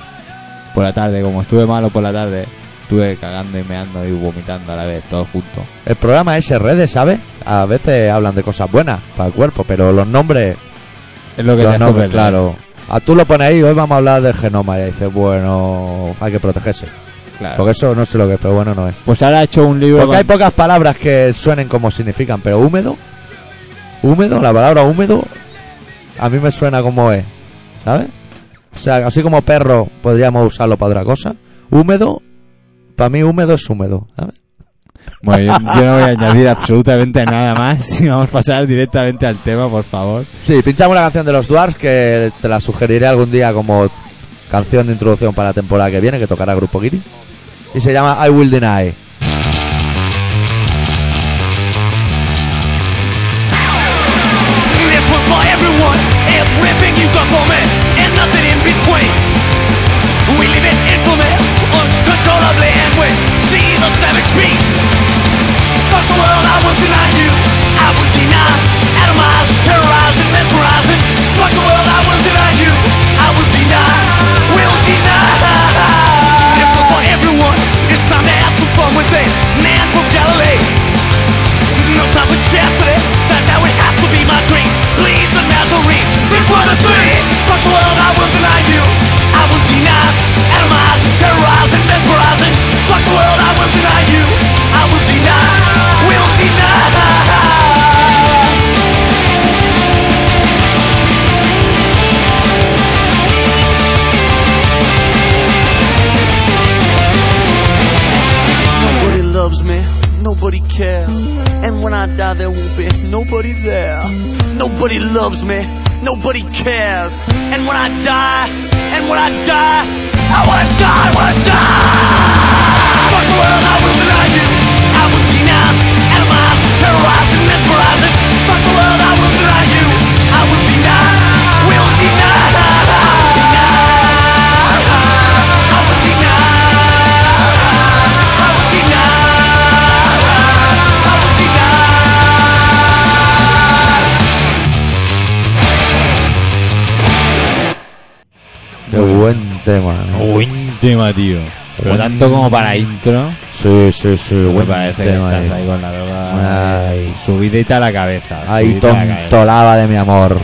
[SPEAKER 3] Por la tarde, como estuve malo por la tarde, estuve cagando y meando y vomitando a la vez, todo junto.
[SPEAKER 1] El programa ese redes, ¿sabes? A veces hablan de cosas buenas para el cuerpo, pero los nombres
[SPEAKER 3] Es lo que
[SPEAKER 1] los
[SPEAKER 3] te
[SPEAKER 1] nombres,
[SPEAKER 3] hace perder.
[SPEAKER 1] claro. A tú lo pones ahí, hoy vamos a hablar del genoma. Y dices, bueno, hay que protegerse.
[SPEAKER 3] Claro.
[SPEAKER 1] Porque eso no sé lo que es, pero bueno, no es.
[SPEAKER 3] Pues ahora ha hecho un libro.
[SPEAKER 1] Porque hay
[SPEAKER 3] con-
[SPEAKER 1] pocas palabras que suenen como significan, pero húmedo, húmedo, la palabra húmedo, a mí me suena como es, ¿sabes? O sea, así como perro podríamos usarlo para otra cosa, húmedo, para mí húmedo es húmedo, ¿sabes?
[SPEAKER 3] Bueno, yo, yo no voy a añadir absolutamente nada más. Y vamos a pasar directamente al tema, por favor.
[SPEAKER 1] Sí, pinchamos la canción de los Dwarfs que te la sugeriré algún día como canción de introducción para la temporada que viene que tocará Grupo Giri. Y se llama I Will Deny.
[SPEAKER 4] This one for everyone, everything you got for me, and nothing in between. We live in infamy, uncontrollably, and we see the savage beast. Fuck the world, I will deny you. I will deny, atomize, terrorize, and mesmerizing. Fuck the world, I will deny you. I will deny, will deny. This one for everyone, it's time to have some fun with it. Man from Galilee. No time for chastity, that that would have to be my dream. Leave the Nazarene, this what I see. Fuck the world, I will deny you. I will deny, atomize, terrorize, and mesmerizing. Fuck the world, I will deny you. I will deny, will deny. Nobody loves me, nobody cares. And when I die, there won't be nobody there. Nobody loves me, nobody cares. And when I die, and when I die, I wanna die, wanna die. Fuck the world, I will deny you. I will deny, atomize, terrorize, and mesmerize it. Fuck the world, I will deny you. I will deny, will deny. I will deny.
[SPEAKER 1] Qué buen tema. ¿no?
[SPEAKER 3] Buen tema, tío. Pero tanto como para intro,
[SPEAKER 1] Sí, sí, sí,
[SPEAKER 3] me
[SPEAKER 1] buen
[SPEAKER 3] parece que
[SPEAKER 1] tema.
[SPEAKER 3] estás
[SPEAKER 1] ahí.
[SPEAKER 3] ahí con la droga.
[SPEAKER 1] Ay.
[SPEAKER 3] Subidita a la cabeza.
[SPEAKER 1] Ay,
[SPEAKER 3] subidita a la cabeza.
[SPEAKER 1] tontolada de mi amor.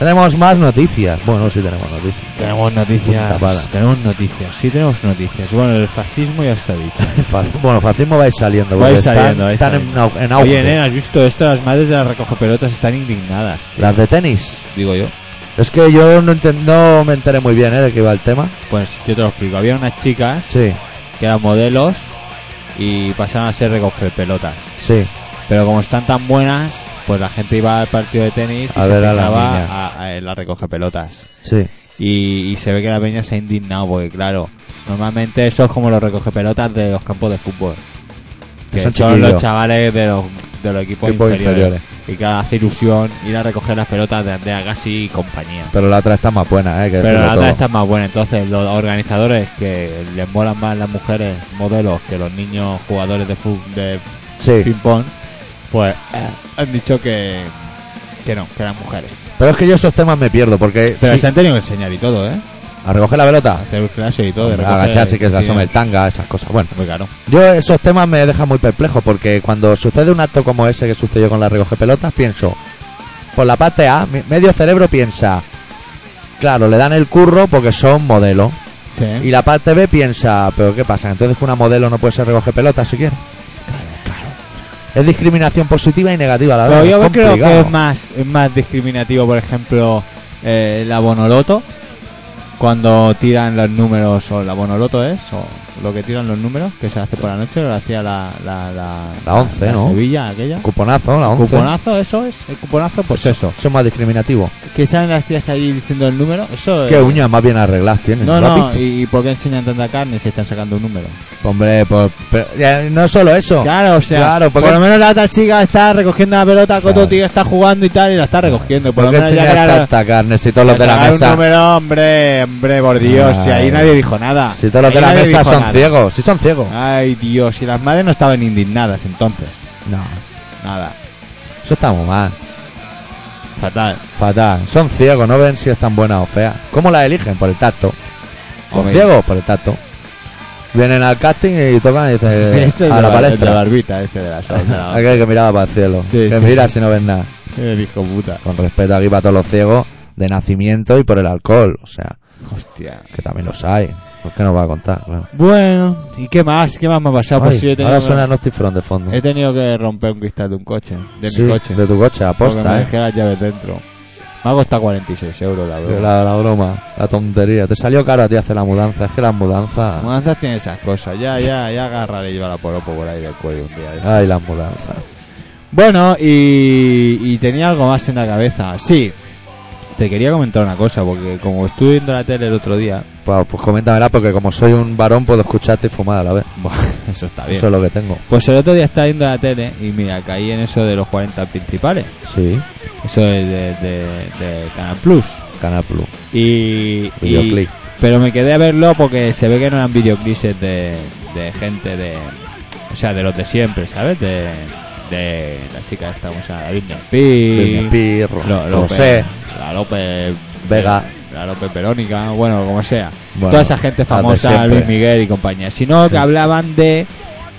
[SPEAKER 1] Tenemos más noticias. Bueno, sí tenemos noticias.
[SPEAKER 3] Tenemos
[SPEAKER 1] Puta tapada.
[SPEAKER 3] noticias. Tenemos noticias. Sí, tenemos noticias. Bueno, el fascismo ya está dicho.
[SPEAKER 1] Faz- Bueno, fascismo vais saliendo. porque
[SPEAKER 3] Vais
[SPEAKER 1] están-
[SPEAKER 3] saliendo, vais
[SPEAKER 1] Están en,
[SPEAKER 3] saliendo.
[SPEAKER 1] au- en auge.
[SPEAKER 3] Oye, nena, ¿has visto esto? Las madres de las recogepelotas están indignadas.
[SPEAKER 1] Las de tenis.
[SPEAKER 3] Digo yo.
[SPEAKER 1] Es que yo no, enten- no me enteré muy bien ¿eh? de qué iba el tema.
[SPEAKER 3] Pues yo te lo explico. Había unas chicas
[SPEAKER 1] Sí,
[SPEAKER 3] que eran modelos y pasaron a ser recogepelotas.
[SPEAKER 1] sí.
[SPEAKER 3] Pero como están tan buenas, pues la gente iba al partido de tenis y
[SPEAKER 1] A
[SPEAKER 3] se
[SPEAKER 1] ver a la
[SPEAKER 3] fijaba
[SPEAKER 1] niña.
[SPEAKER 3] a- a- en la recogepelotas.
[SPEAKER 1] Sí,
[SPEAKER 3] Y, y se ve que la peña se ha indignado, porque claro, normalmente eso es como los recogepelotas de los campos de fútbol. Que
[SPEAKER 1] Son
[SPEAKER 3] son,
[SPEAKER 1] chiquillos.
[SPEAKER 3] los chavales de los, de los equipos
[SPEAKER 1] Equipos
[SPEAKER 3] inferiores.
[SPEAKER 1] inferiores.
[SPEAKER 3] Y claro, hace ilusión ir a recoger las pelotas de Andrea Gassi y compañía.
[SPEAKER 1] pero la otra está más buena, ¿eh? Que
[SPEAKER 3] Pero
[SPEAKER 1] decirlo
[SPEAKER 3] la otra
[SPEAKER 1] todo.
[SPEAKER 3] está más buena. Entonces, los organizadores que les molan más las mujeres modelos que los niños jugadores de, fu- de
[SPEAKER 1] Sí,
[SPEAKER 3] ping-pong, pues eh, han dicho que, que no, que eran mujeres.
[SPEAKER 1] pero es que yo esos temas me pierdo porque...
[SPEAKER 3] Pero
[SPEAKER 1] sí,
[SPEAKER 3] se han tenido que enseñar y todo, ¿eh?
[SPEAKER 1] A recoger la pelota,
[SPEAKER 3] Hacer el clase y todo.
[SPEAKER 1] a
[SPEAKER 3] de recoger-
[SPEAKER 1] agacharse que se
[SPEAKER 3] sí,
[SPEAKER 1] asome el tanga, esas cosas. Bueno,
[SPEAKER 3] Muy caro.
[SPEAKER 1] yo esos temas me dejan muy perplejo porque cuando sucede un acto como ese que sucedió con la recoge pelotas, pienso... Por la parte A, mi- medio cerebro piensa... Claro, le dan el curro porque son modelos.
[SPEAKER 3] Sí.
[SPEAKER 1] Y la parte B piensa, pero ¿qué pasa? Entonces que una modelo no puede ser recoge pelota siquiera. Es discriminación positiva y negativa a la vez.
[SPEAKER 3] Pero yo
[SPEAKER 1] es
[SPEAKER 3] creo que
[SPEAKER 1] complicado.
[SPEAKER 3] es más, es más discriminativo, por ejemplo, eh, la Bonoloto. Cuando tiran los números, o la Bonoloto es, o lo que tiran los números, que se hace por la noche, lo hacía la, la, la,
[SPEAKER 1] La 11, ¿no?
[SPEAKER 3] Sevilla, aquella.
[SPEAKER 1] Cuponazo, la 11.
[SPEAKER 3] Cuponazo, eso es, el cuponazo, pues eso.
[SPEAKER 1] Eso es más discriminativo.
[SPEAKER 3] Que salen las tías ahí diciendo el número, eso
[SPEAKER 1] ¿Qué
[SPEAKER 3] es.
[SPEAKER 1] uñas más bien arregladas tienen?
[SPEAKER 3] No,
[SPEAKER 1] ¿Lo has
[SPEAKER 3] no,
[SPEAKER 1] visto?
[SPEAKER 3] ¿y por qué enseñan tanta carne si están sacando un número?
[SPEAKER 1] Hombre, pues, pero- eh, no solo eso.
[SPEAKER 3] Claro, o sea,
[SPEAKER 1] Claro, porque-
[SPEAKER 3] por lo menos la otra chica está recogiendo la pelota, que
[SPEAKER 1] Claro.
[SPEAKER 3] otro tío está jugando y tal, y la está recogiendo.
[SPEAKER 1] ¿Por
[SPEAKER 3] Por lo
[SPEAKER 1] qué
[SPEAKER 3] menos ya
[SPEAKER 1] enseñas
[SPEAKER 3] que la-
[SPEAKER 1] tanta carne si todos los de la
[SPEAKER 3] Sacar
[SPEAKER 1] mesa...
[SPEAKER 3] Un número, hombre, hombre, por Dios, si ahí
[SPEAKER 1] Ay.
[SPEAKER 3] nadie dijo nada.
[SPEAKER 1] Si todos los
[SPEAKER 3] Ahí
[SPEAKER 1] de la
[SPEAKER 3] nadie
[SPEAKER 1] mesa
[SPEAKER 3] dijo
[SPEAKER 1] son
[SPEAKER 3] nada. Ah.
[SPEAKER 1] ciegos, si son ciegos.
[SPEAKER 3] Ay, Dios, y las madres no estaban indignadas entonces.
[SPEAKER 1] No,
[SPEAKER 3] Nada,
[SPEAKER 1] eso está muy mal.
[SPEAKER 3] fatal.
[SPEAKER 1] Fatal. Son ciegos, no ven si es tan buena o fea. ¿Cómo la eligen? Por el tacto. Los
[SPEAKER 3] Hombre.
[SPEAKER 1] ciegos, por el tacto. Vienen al casting y tocan y
[SPEAKER 3] Sí,
[SPEAKER 1] dicen
[SPEAKER 3] ese es
[SPEAKER 1] eh, a
[SPEAKER 3] de
[SPEAKER 1] la
[SPEAKER 3] el de la
[SPEAKER 1] palestra.
[SPEAKER 3] barbita, ese de la sombra.
[SPEAKER 1] Aquel que miraba para el cielo.
[SPEAKER 3] Sí,
[SPEAKER 1] que
[SPEAKER 3] sí.
[SPEAKER 1] mira si no ves nada.
[SPEAKER 3] El hijo puta.
[SPEAKER 1] Con respeto aquí para todos los ciegos de nacimiento y por el alcohol. O sea,
[SPEAKER 3] Hostia.
[SPEAKER 1] que también los hay. ¿Por qué nos va a contar? Bueno.
[SPEAKER 3] Bueno, ¿y qué más? ¿Qué más me ha pasado? Pues
[SPEAKER 1] Ay,
[SPEAKER 3] sí, he tenido,
[SPEAKER 1] ahora
[SPEAKER 3] que-
[SPEAKER 1] suena Nosty Front de fondo.
[SPEAKER 3] he tenido que romper un cristal de un coche, de
[SPEAKER 1] Sí,
[SPEAKER 3] mi coche.
[SPEAKER 1] De tu coche,
[SPEAKER 3] porque me
[SPEAKER 1] aposta, eh.
[SPEAKER 3] dejé las llaves dentro. Me ha costado 46 euros la verdad.
[SPEAKER 1] La, la broma, la tontería. Te salió caro a ti hacer la mudanza. Es que las mudanzas.
[SPEAKER 3] Mudanzas tiene esas cosas. Ya, ya, ya agarra de llevar a poropo por ahí del cuello un día. de estos.
[SPEAKER 1] Ay, las mudanzas.
[SPEAKER 3] Bueno, y, y tenía algo más en la cabeza. Sí, te quería comentar una cosa, porque como estuve viendo la tele el otro día,
[SPEAKER 1] Pues, pues coméntamela porque como soy un varón puedo escucharte y fumar a la vez.
[SPEAKER 3] buah, eso está bien.
[SPEAKER 1] Eso es lo que tengo.
[SPEAKER 3] Pues el otro día estaba viendo la tele y mira, caí en eso de los 40 principales.
[SPEAKER 1] Sí.
[SPEAKER 3] Eso es de, de- de Canal Plus.
[SPEAKER 1] Canal Plus.
[SPEAKER 3] Y, y-
[SPEAKER 1] Videoclip.
[SPEAKER 3] Pero me quedé a verlo porque se ve que no eran videoclips de, de gente de. O sea, de los de siempre, ¿sabes? De, de la chica esta, o sea, la Britney Spears,
[SPEAKER 1] Britney Spears,
[SPEAKER 3] Lo-
[SPEAKER 1] Rosé,
[SPEAKER 3] La López
[SPEAKER 1] Vega.
[SPEAKER 3] La López Verónica, bueno, como sea.
[SPEAKER 1] Bueno,
[SPEAKER 3] Toda esa gente
[SPEAKER 1] las de
[SPEAKER 3] famosa,
[SPEAKER 1] siempre.
[SPEAKER 3] Luis Miguel y compañía. Sino que hablaban de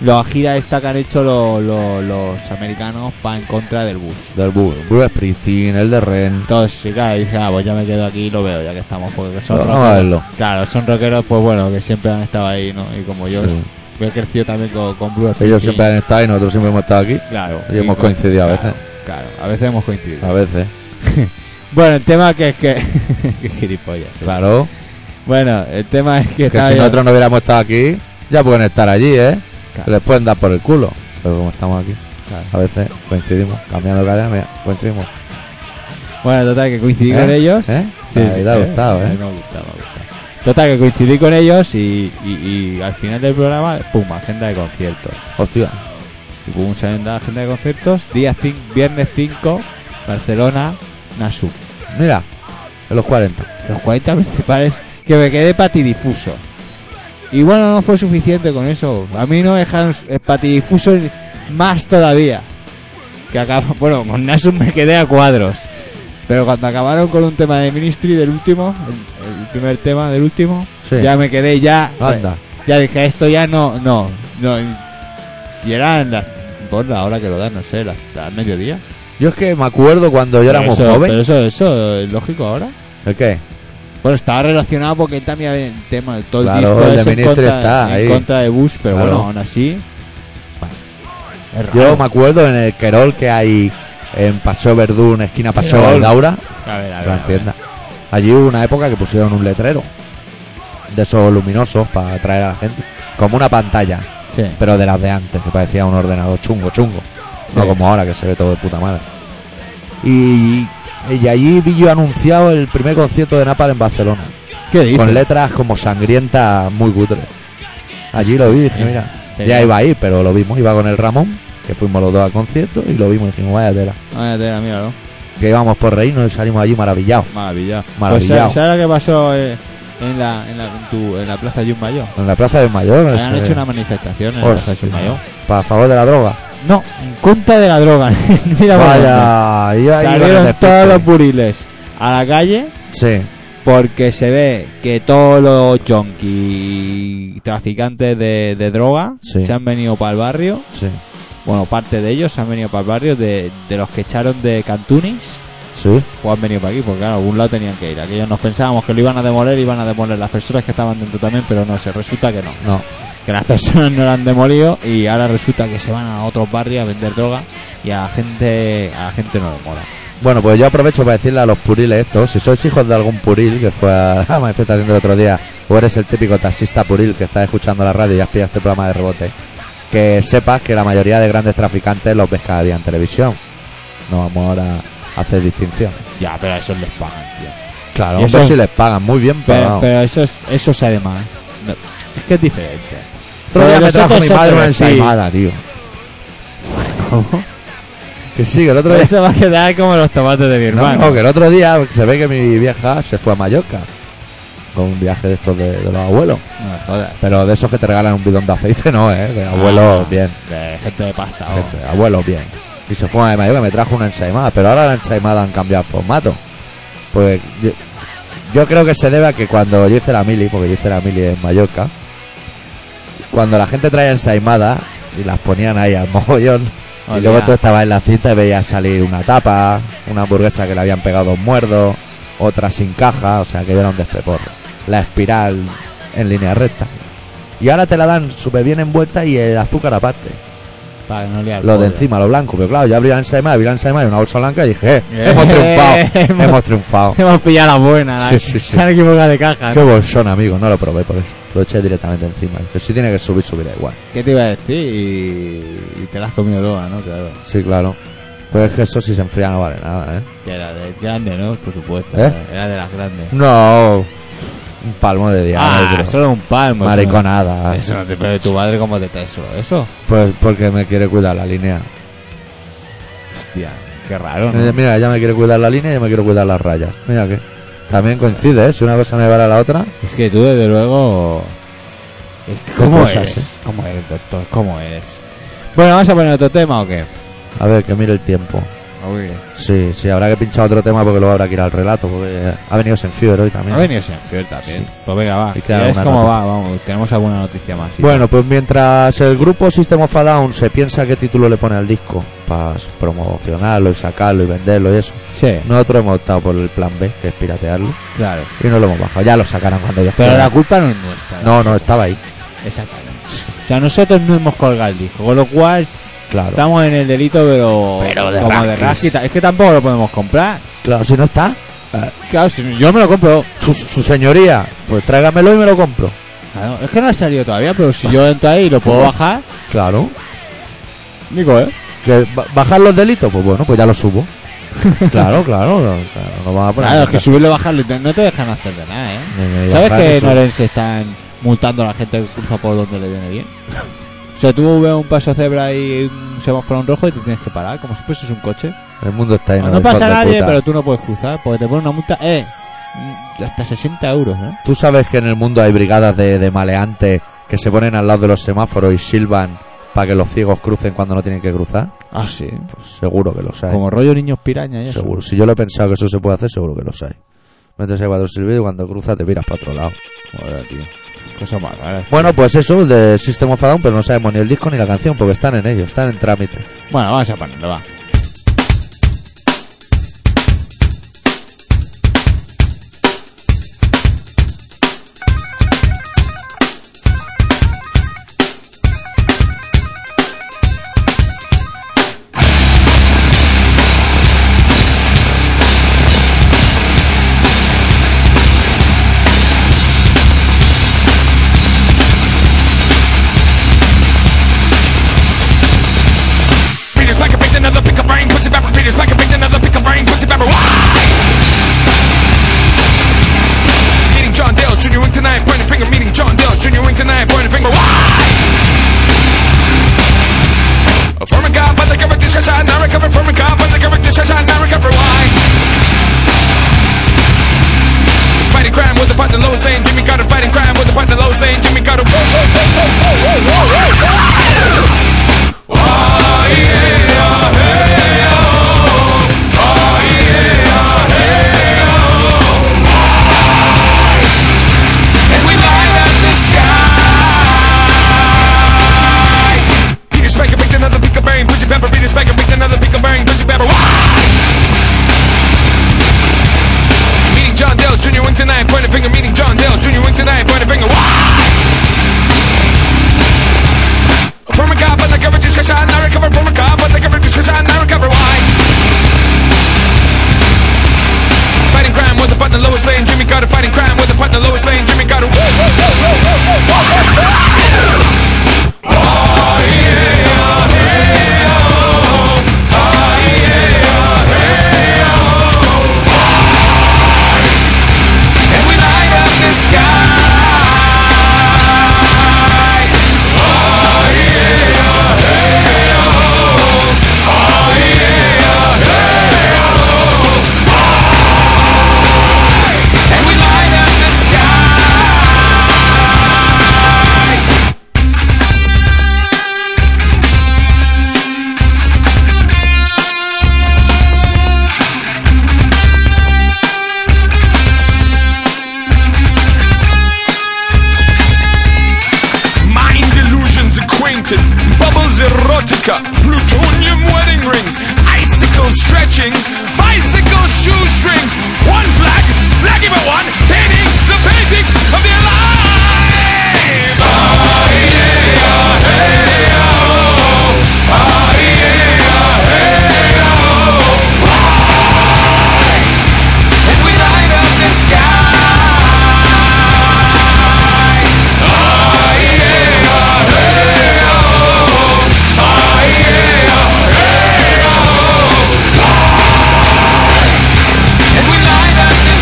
[SPEAKER 3] la gira esta que han hecho lo- lo- los americanos para en contra del bus.
[SPEAKER 1] Del Bus. Bruce Springsteen, el de Ren.
[SPEAKER 3] Entonces, sí, claro, dije, ah, pues ya me quedo aquí y lo veo, ya que estamos, porque son
[SPEAKER 1] Vamos a
[SPEAKER 3] rockeros.
[SPEAKER 1] verlo.
[SPEAKER 3] Claro, son rockeros, pues bueno, que siempre han estado ahí, ¿no? Y como yo,
[SPEAKER 1] Sí.
[SPEAKER 3] yo he crecido también con, con Bruce
[SPEAKER 1] Ellos
[SPEAKER 3] Springsteen.
[SPEAKER 1] siempre han estado y nosotros siempre hemos estado aquí.
[SPEAKER 3] Claro.
[SPEAKER 1] y hemos
[SPEAKER 3] con-
[SPEAKER 1] coincidido a
[SPEAKER 3] claro,
[SPEAKER 1] veces.
[SPEAKER 3] Claro, a veces hemos coincidido.
[SPEAKER 1] A veces.
[SPEAKER 3] Bueno, el tema que es que... Qué gilipollas. ¿eh?
[SPEAKER 1] Claro.
[SPEAKER 3] Bueno, el tema es que...
[SPEAKER 1] Que
[SPEAKER 3] estaba
[SPEAKER 1] si
[SPEAKER 3] yo-
[SPEAKER 1] nosotros no hubiéramos estado aquí, ya pueden estar allí, ¿eh?
[SPEAKER 3] Claro.
[SPEAKER 1] Les pueden dar por el culo. Pero como estamos aquí,
[SPEAKER 3] Claro.
[SPEAKER 1] a veces coincidimos. Cambiando cadena, mira, coincidimos.
[SPEAKER 3] Bueno, total, que coincidí
[SPEAKER 1] ¿Eh?
[SPEAKER 3] con ellos.
[SPEAKER 1] ¿Eh?
[SPEAKER 3] Sí,
[SPEAKER 1] Ahí
[SPEAKER 3] sí,
[SPEAKER 1] te ha
[SPEAKER 3] sí,
[SPEAKER 1] gustado,
[SPEAKER 3] a mí
[SPEAKER 1] ¿eh?
[SPEAKER 3] Me ha gustado, me ha gustado. Total, que coincidí con ellos y, y, y al final del programa, pum, agenda de conciertos.
[SPEAKER 1] Hostia.
[SPEAKER 3] Y pum, salen la agenda de conciertos. Día cin- viernes 5, Barcelona, Nasu.
[SPEAKER 1] Mira, en los 40.
[SPEAKER 3] Los 40 principales que me quedé patidifuso. Y bueno, no fue suficiente con eso. A mí no me dejaron s- eh, patidifuso ni- más todavía. Que acaba, bueno, con Nasu me quedé a cuadros. Pero cuando acabaron con un tema de Ministry del último, el, el primer tema del último,
[SPEAKER 1] Sí.
[SPEAKER 3] ya me quedé ya. pues,
[SPEAKER 1] Anda.
[SPEAKER 3] Ya dije, esto ya no, no, no. Y eran las, por la hora que lo dan, no sé, las, las mediodía.
[SPEAKER 1] Yo es que me acuerdo cuando yo era
[SPEAKER 3] Pero
[SPEAKER 1] muy
[SPEAKER 3] eso,
[SPEAKER 1] joven.
[SPEAKER 3] Pero eso, eso, es lógico ahora.
[SPEAKER 1] ¿El qué?
[SPEAKER 3] Bueno, estaba relacionado porque él también había el tema de todo
[SPEAKER 1] Claro,
[SPEAKER 3] el disco
[SPEAKER 1] el de
[SPEAKER 3] eso en,
[SPEAKER 1] Ministry
[SPEAKER 3] contra,
[SPEAKER 1] está
[SPEAKER 3] en
[SPEAKER 1] ahí.
[SPEAKER 3] contra de Bush, pero
[SPEAKER 1] Claro.
[SPEAKER 3] bueno, aún así. bueno, es
[SPEAKER 1] Yo
[SPEAKER 3] raro.
[SPEAKER 1] me acuerdo en el Querol que hay en Paseo Verdún, esquina Paseo
[SPEAKER 3] Querol.
[SPEAKER 1] Valdaura.
[SPEAKER 3] A ver, a ver,
[SPEAKER 1] la
[SPEAKER 3] a ver.
[SPEAKER 1] tienda. Allí hubo una época que pusieron un letrero de esos luminosos para atraer a la gente. Como una pantalla,
[SPEAKER 3] Sí.
[SPEAKER 1] pero de las de antes, que parecía un ordenador chungo, chungo.
[SPEAKER 3] Sí.
[SPEAKER 1] No como ahora que se ve todo de puta madre. Y, y allí vi yo anunciado el primer concierto de Napal en Barcelona.
[SPEAKER 3] ¿Qué dices?
[SPEAKER 1] con letras como sangrientas muy cutres. Allí lo vi y dije, mira,
[SPEAKER 3] Tenía-
[SPEAKER 1] ya iba a ir, pero lo vimos, iba con el Ramón, que fuimos los dos al concierto y lo vimos y dijimos, vaya tela.
[SPEAKER 3] Vaya tela, Ah, míralo.
[SPEAKER 1] Que íbamos por reírnos y salimos allí maravillados.
[SPEAKER 3] Maravillado.
[SPEAKER 1] Maravillado.
[SPEAKER 3] Pues, ¿Sabes lo que pasó eh, en, la, en, la, en tu- en la plaza Yumayo?
[SPEAKER 1] En la Plaza del Mayor, no
[SPEAKER 3] Han
[SPEAKER 1] sé,
[SPEAKER 3] hecho una manifestación en la plaza
[SPEAKER 1] Hostia.
[SPEAKER 3] Yumayo.
[SPEAKER 1] para favor de la droga.
[SPEAKER 3] No, en contra de la droga. Mira, por dónde.
[SPEAKER 1] Vaya, y ahí con el
[SPEAKER 3] salieron
[SPEAKER 1] despiste.
[SPEAKER 3] todos los buriles a la calle
[SPEAKER 1] Sí,
[SPEAKER 3] porque se ve que todos los junkies y traficantes de, de droga
[SPEAKER 1] Sí.
[SPEAKER 3] se han venido para el barrio.
[SPEAKER 1] sí,
[SPEAKER 3] Bueno, parte de ellos se han venido para el barrio de, de los que echaron de Cantunis.
[SPEAKER 1] sí.
[SPEAKER 3] O han venido para aquí, porque claro, a algún lado tenían que ir. Aquellos nos pensábamos que lo iban a demoler, iban a demoler las personas que estaban dentro también, pero no sé, resulta que no.
[SPEAKER 1] No,
[SPEAKER 3] que las personas no la han demolido y ahora resulta que se van a otros barrios a vender droga y a la gente, a la gente no le mola.
[SPEAKER 1] Bueno, pues yo aprovecho para decirle a los puriles estos, si sois hijos de algún puril que fue a la manifestación del otro día, o eres el típico taxista puril que está escuchando la radio y has pillado este programa de rebote, que sepas que la mayoría de grandes traficantes los ves cada día en televisión. No vamos ahora a hacer distinciones.
[SPEAKER 3] Ya, pero a esos les pagan, tío.
[SPEAKER 1] Claro,
[SPEAKER 3] Y
[SPEAKER 1] eso
[SPEAKER 3] eso-
[SPEAKER 1] sí les pagan muy bien,
[SPEAKER 3] Pero,
[SPEAKER 1] pero...
[SPEAKER 3] pero eso es, eso es además. no, es que es diferente.
[SPEAKER 1] Otro día
[SPEAKER 3] Pero
[SPEAKER 1] me trajo mi
[SPEAKER 3] nosotros
[SPEAKER 1] madre una
[SPEAKER 3] sí.
[SPEAKER 1] ensaimada, tío.
[SPEAKER 3] ¿Cómo?
[SPEAKER 1] Que sí, que el otro
[SPEAKER 3] Pero
[SPEAKER 1] día...
[SPEAKER 3] eso va a quedar como los tomates de mi
[SPEAKER 1] No,
[SPEAKER 3] hermano.
[SPEAKER 1] no, que el otro día se ve que mi vieja se fue a Mallorca con un viaje de estos de, de los abuelos.
[SPEAKER 3] No me jodas.
[SPEAKER 1] Pero de esos que te regalan un bidón de aceite, no, ¿eh? De abuelos,
[SPEAKER 3] Ah,
[SPEAKER 1] bien.
[SPEAKER 3] De gente de pasta. o-
[SPEAKER 1] Jefe, abuelos, bien. Y se fue a Mallorca, me trajo una ensaimada. Pero ahora la ensaimada han cambiado el formato. Pues yo, yo creo que se debe a que cuando yo hice la mili, porque yo hice la mili en Mallorca, cuando la gente traía ensaimadas y las ponían ahí al mogollón, y
[SPEAKER 3] Hostia.
[SPEAKER 1] luego tú estabas en la cita y veías salir una tapa, una hamburguesa que le habían pegado dos muerdos, otra sin caja, o sea que era un despeporro. La espiral en línea recta. Y ahora te la dan súper bien envuelta y el azúcar aparte.
[SPEAKER 3] Para que no liar
[SPEAKER 1] Lo de
[SPEAKER 3] pollo.
[SPEAKER 1] encima, lo blanco. Pero claro, yo abrí la ensaimada, vi la ensaimada y una bolsa blanca y dije, eh,
[SPEAKER 3] Eh,
[SPEAKER 1] hemos triunfado,
[SPEAKER 3] hemos-
[SPEAKER 1] hemos triunfado.
[SPEAKER 3] Hemos pillado la buena. la-
[SPEAKER 1] Sí, sí, sí.
[SPEAKER 3] Se han equivocado de caja.
[SPEAKER 1] Qué
[SPEAKER 3] ¿no?
[SPEAKER 1] bolsón, amigo, no lo probé por eso. Lo eché directamente encima. Que si tiene que subir, subirá igual.
[SPEAKER 3] ¿Qué te iba a decir? Y, y te la has comido toda, ¿no? Claro.
[SPEAKER 1] Sí, claro. Pero es que eso si se enfría no vale nada, ¿eh?
[SPEAKER 3] Que era de grande, ¿no? Por supuesto.
[SPEAKER 1] ¿Eh?
[SPEAKER 3] Era de las grandes.
[SPEAKER 1] No, un palmo de diámetro.
[SPEAKER 3] ah, solo un palmo. eso no-
[SPEAKER 1] Mariconada.
[SPEAKER 3] Eso no te pero tu madre como te eso, eso.
[SPEAKER 1] Pues porque me quiere cuidar la línea.
[SPEAKER 3] Hostia, qué raro,
[SPEAKER 1] Eh,
[SPEAKER 3] ¿no?
[SPEAKER 1] Mira, ella me quiere cuidar la línea y yo me quiero cuidar las rayas. Mira que también coincide, ¿eh? Si una cosa me vale a la otra,
[SPEAKER 3] Es que tú desde luego es que
[SPEAKER 1] ¿Cómo
[SPEAKER 3] ¿Cómo
[SPEAKER 1] cosas, ¿eh?
[SPEAKER 3] eres? ¿Cómo eres, doctor? ¿Cómo eres? Bueno, vamos a poner otro tema o qué?
[SPEAKER 1] a ver, que mire el tiempo. Sí, sí, habrá que pinchar otro tema porque luego habrá que ir al relato, porque ha venido Senfior hoy también.
[SPEAKER 3] Ha venido Senfield también. Pues venga, va.
[SPEAKER 1] Y queda
[SPEAKER 3] Ya es
[SPEAKER 1] alguna
[SPEAKER 3] como
[SPEAKER 1] nota.
[SPEAKER 3] va, vamos. Tenemos alguna noticia más. ¿sí?
[SPEAKER 1] Bueno, pues mientras el grupo System of a Down se piensa qué título le pone al disco para promocionarlo y sacarlo y venderlo y eso,
[SPEAKER 3] sí,
[SPEAKER 1] nosotros hemos optado por el plan B, que es piratearlo,
[SPEAKER 3] claro.
[SPEAKER 1] y no lo hemos bajado. Ya lo sacarán cuando ellos
[SPEAKER 3] Pero la
[SPEAKER 1] quieran.
[SPEAKER 3] culpa no es nuestra.
[SPEAKER 1] No, no, estaba ahí,
[SPEAKER 3] Exactamente. O sea, nosotros no hemos colgado el disco, con lo cual
[SPEAKER 1] claro.
[SPEAKER 3] estamos en el delito, pero,
[SPEAKER 1] Pero de
[SPEAKER 3] como de
[SPEAKER 1] raquis.
[SPEAKER 3] rasquita. Es que tampoco lo podemos comprar.
[SPEAKER 1] Claro, si no está, Ah.
[SPEAKER 3] Claro, si yo me lo compro.
[SPEAKER 1] su, su señoría, pues tráigamelo y me lo compro.
[SPEAKER 3] Claro, es que no ha salido todavía, pero si yo entro ahí y lo puedo bajar,
[SPEAKER 1] Claro.
[SPEAKER 3] digo, ¿eh?
[SPEAKER 1] ¿Que ba- ¿Bajar los delitos? Pues bueno, pues ya lo subo. Claro, claro, no, claro, no van a poner.
[SPEAKER 3] Claro, es que subirlo y bajarlo te- no te dejan hacer de nada, ¿eh?
[SPEAKER 1] Ni- ni
[SPEAKER 3] ¿Sabes
[SPEAKER 1] bajar ni
[SPEAKER 3] que en
[SPEAKER 1] subir.
[SPEAKER 3] Orense están multando a la gente que cruza por donde le viene bien? O sea, tú ves un paso cebra y un semáforo en rojo y te tienes que parar, como si fueses un coche.
[SPEAKER 1] El mundo está lleno
[SPEAKER 3] No,
[SPEAKER 1] de hijos
[SPEAKER 3] pasa
[SPEAKER 1] de
[SPEAKER 3] nadie,
[SPEAKER 1] puta.
[SPEAKER 3] pero tú no puedes cruzar porque te ponen una multa, eh, mm, de hasta 60 euros, ¿eh?
[SPEAKER 1] Tú sabes que en el mundo hay brigadas de, de maleantes que se ponen al lado de los semáforos y silban para que los ciegos crucen cuando no tienen que cruzar.
[SPEAKER 3] Ah, sí.
[SPEAKER 1] Pues seguro que los hay.
[SPEAKER 3] Como rollo niños piraña y eso.
[SPEAKER 1] Seguro. Si yo lo he pensado que eso se puede hacer, seguro que los hay. Metes ahí cuatro silbidos y cuando cruzas te miras para otro lado.
[SPEAKER 3] Joder, tío. Cosa más rara.
[SPEAKER 1] Bueno, pues eso, de System of a Down, pero no sabemos ni el disco ni la canción porque están en ello, están en trámite.
[SPEAKER 3] Bueno, vamos a ponerlo, va.
[SPEAKER 5] Peter's like a big another pick a brain, pussy pepper. Peter's like a big another pick a brain, pussy pepper. Why? Meeting John Dale, Junior Wing tonight, burning finger. Meeting John Dale, Junior Wing tonight, burning finger. Why? A former cop, but the cover discussion, not recover. Former cop, but the cover discussion, not recover. Why? Fighting crime with the fight the lowest lane. Jimmy Carter fighting crime with the fight the lowest lane. Jimmy Carter. Whoa, whoa, whoa, whoa, whoa, whoa, whoa, whoa. and we light up the sky. Peter Spanker picked another pick of brain, pussy pepper. Peter Spanker picked another pick of brain, pussy pepper. Why? Meeting John Dale Jr. Wink tonight, point a finger. Meeting John Dale Jr. Wink tonight, point a finger. Why?
[SPEAKER 6] decision. I recover from a car, but they give a decision. I recover why. Fighting crime with a partner, Lois Lane, Jimmy Carter. Fighting crime with a partner, Lois Lane, Jimmy Carter. Woo, woo, woo, woo, woo, woo, woo. And we light up the sky. and we light up the sky. Mind illusions acquainted, bubbles erotica, plutonium wedding rings, icicle stretchings, bicycle shoestrings, one flag, flagging but one, painting the paintings of the alive. And we light up the sky. and we light up the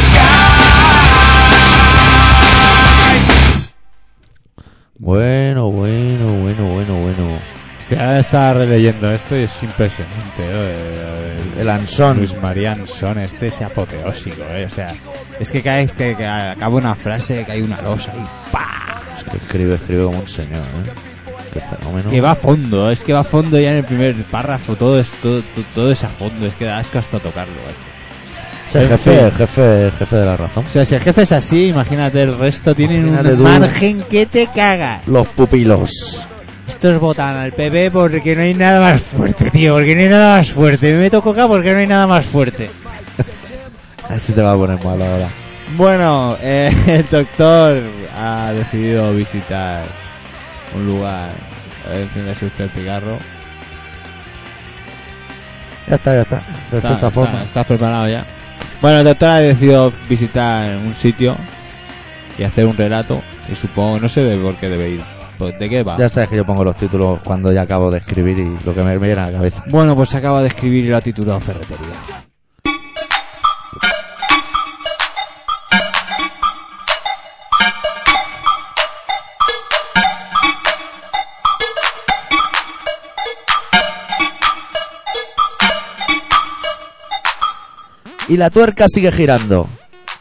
[SPEAKER 6] sky.
[SPEAKER 1] Bueno, bueno, bueno, bueno, bueno.
[SPEAKER 3] Hostia, ahora estaba releyendo esto y es impresionante. eh, el-
[SPEAKER 1] El Ansón.
[SPEAKER 3] Luis Marian Son, este es apoteósico, eh, O sea, es que cada vez que, que acaba una frase cae una losa y ¡pa!
[SPEAKER 1] Es que escribe, escribe como un señor, ¿eh? Qué fenómeno.
[SPEAKER 3] Es que va a fondo, es que va a fondo ya en el primer párrafo, todo es, todo, todo- todo es a fondo, es que da asco hasta tocarlo, macho.
[SPEAKER 1] Sí,
[SPEAKER 3] en
[SPEAKER 1] jefe,
[SPEAKER 3] fin.
[SPEAKER 1] jefe, jefe de la razón.
[SPEAKER 3] O sea, si el jefe es así, imagínate el resto, tienen
[SPEAKER 1] Imagínate
[SPEAKER 3] un
[SPEAKER 1] tú.
[SPEAKER 3] margen que te cagas.
[SPEAKER 1] Los pupilos.
[SPEAKER 3] Estos votan al PP porque no hay nada más fuerte, tío, porque no hay nada más fuerte. Me meto coca porque no hay nada más fuerte.
[SPEAKER 1] A ver si te va a poner mal ahora.
[SPEAKER 3] Bueno, eh, el doctor ha decidido visitar un lugar. A ver, enciéndase usted el cigarro.
[SPEAKER 1] Ya está, ya está. De
[SPEAKER 3] Está-
[SPEAKER 1] cierta
[SPEAKER 3] está-
[SPEAKER 1] forma.
[SPEAKER 3] ¿Estás preparado ya? Bueno, el doctor ha decidido visitar un sitio y hacer un relato. Y supongo, no sé de por qué debe ir. Pues, ¿De qué va?
[SPEAKER 1] Ya sabes que yo pongo los títulos cuando ya acabo de escribir y lo que me viene a la cabeza.
[SPEAKER 3] Bueno, pues acaba de escribir y lo ha titulado Ferretería.
[SPEAKER 1] Y la tuerca sigue girando,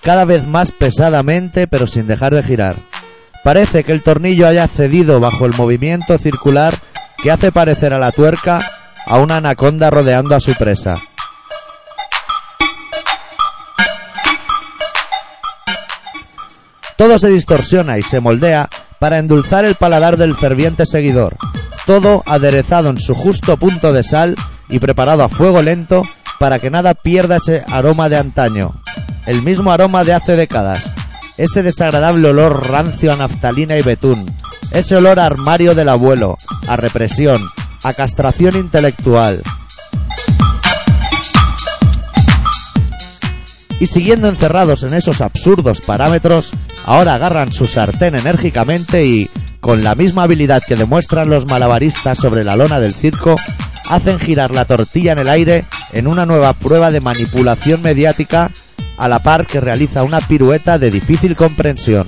[SPEAKER 1] cada vez más pesadamente pero sin dejar de girar. Parece que el tornillo haya cedido bajo el movimiento circular que hace parecer a la tuerca a una anaconda rodeando a su presa. Todo se distorsiona y se moldea para endulzar el paladar del ferviente seguidor. Todo aderezado en su justo punto de sal y preparado a fuego lento para que nada pierda ese aroma de antaño. El mismo aroma de hace décadas. Ese desagradable olor rancio a naftalina y betún. Ese olor a armario del abuelo, a represión, a castración intelectual. y siguiendo encerrados en esos absurdos parámetros, ahora agarran su sartén enérgicamente y, con la misma habilidad que demuestran los malabaristas sobre la lona del circo, hacen girar la tortilla en el aire en una nueva prueba de manipulación mediática a la par que realiza una pirueta de difícil comprensión.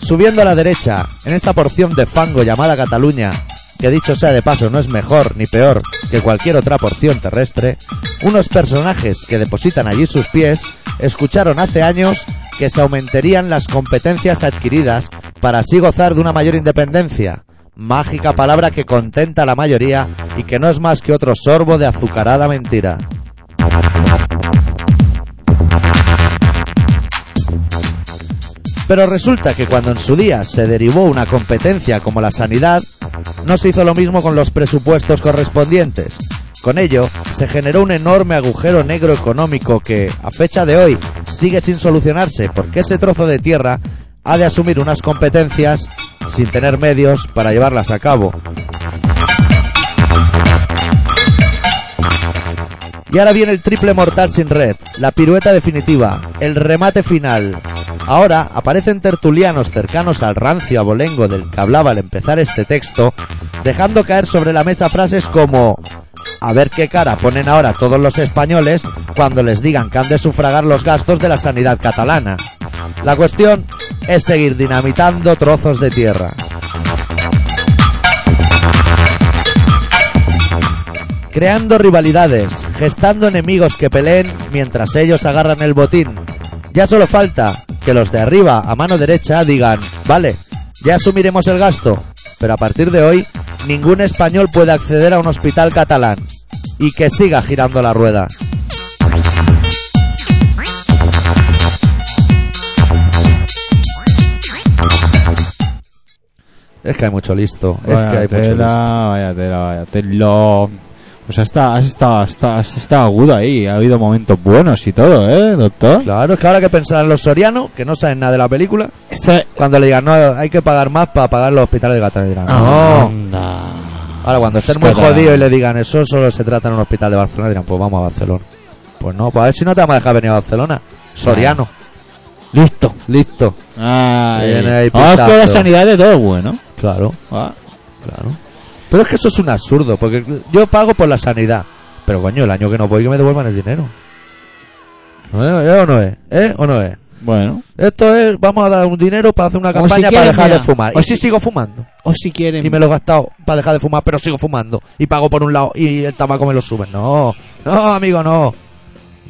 [SPEAKER 1] Subiendo a la derecha, en esta porción de fango llamada Cataluña, que dicho sea de paso no es mejor ni peor que cualquier otra porción terrestre, unos personajes que depositan allí sus pies escucharon hace años que se aumentarían las competencias adquiridas para así gozar de una mayor independencia, mágica palabra que contenta a la mayoría y que no es más que otro sorbo de azucarada mentira. Pero resulta que cuando en su día se derivó una competencia como la sanidad, no se hizo lo mismo con los presupuestos correspondientes. Con ello, se generó un enorme agujero negro económico que, a fecha de hoy, sigue sin solucionarse porque ese trozo de tierra ha de asumir unas competencias sin tener medios para llevarlas a cabo. Y ahora viene el triple mortal sin red, la pirueta definitiva, el remate final. Ahora aparecen tertulianos cercanos al rancio abolengo del que hablaba al empezar este texto, dejando caer sobre la mesa frases como a ver qué cara ponen ahora todos los españoles cuando les digan que han de sufragar los gastos de la sanidad catalana. La cuestión es seguir dinamitando trozos de tierra. Creando rivalidades, gestando enemigos que peleen mientras ellos agarran el botín. Ya solo falta que los de arriba, a mano derecha, digan, vale, ya asumiremos el gasto, pero a partir de hoy ningún español puede acceder a un hospital catalán y que siga girando la rueda. Es que hay mucho listo, es que hay
[SPEAKER 3] Vaya
[SPEAKER 1] mucho listo.
[SPEAKER 3] tela, vaya tela, vaya tela. O sea, está, has, estado, hasta- has estado agudo ahí. Ha habido momentos buenos y todo, ¿eh, doctor?
[SPEAKER 1] Claro, es que ahora que pensarán los sorianos, que no saben nada de la película,
[SPEAKER 3] Este-
[SPEAKER 1] cuando le digan, no, hay que pagar más para pagar los hospitales de Cataluña, dirán,
[SPEAKER 3] Ah.
[SPEAKER 1] no.
[SPEAKER 3] Anda.
[SPEAKER 1] Ahora, cuando estén
[SPEAKER 3] Es
[SPEAKER 1] muy
[SPEAKER 3] catalán.
[SPEAKER 1] jodidos y le digan eso, solo se trata en un hospital de Barcelona, dirán, pues vamos a Barcelona. Pues no, pues a ver si no te vamos a dejar venir a Barcelona. Soriano. Listo. Listo. Viene ahí
[SPEAKER 3] Ay. Vamos
[SPEAKER 1] pisando.
[SPEAKER 3] con la sanidad de todo bueno.
[SPEAKER 1] Claro,
[SPEAKER 3] Ah,
[SPEAKER 1] claro. Pero es que eso es un absurdo, porque yo pago por la sanidad. Pero coño, el año que no voy que me devuelvan el dinero. ¿No es, eh, o no es? ¿Eh o no es?
[SPEAKER 3] Bueno.
[SPEAKER 1] Esto es, vamos a dar un dinero para hacer una
[SPEAKER 3] O si
[SPEAKER 1] campaña para
[SPEAKER 3] quieres, Pues
[SPEAKER 1] dejar
[SPEAKER 3] mira,
[SPEAKER 1] de fumar.
[SPEAKER 3] o
[SPEAKER 1] Y si
[SPEAKER 3] si-
[SPEAKER 1] sigo fumando.
[SPEAKER 3] O si quieren...
[SPEAKER 1] Y me lo he gastado para dejar de fumar, pero sigo fumando. Y pago por un lado y el tabaco me lo suben. No, no, amigo, no.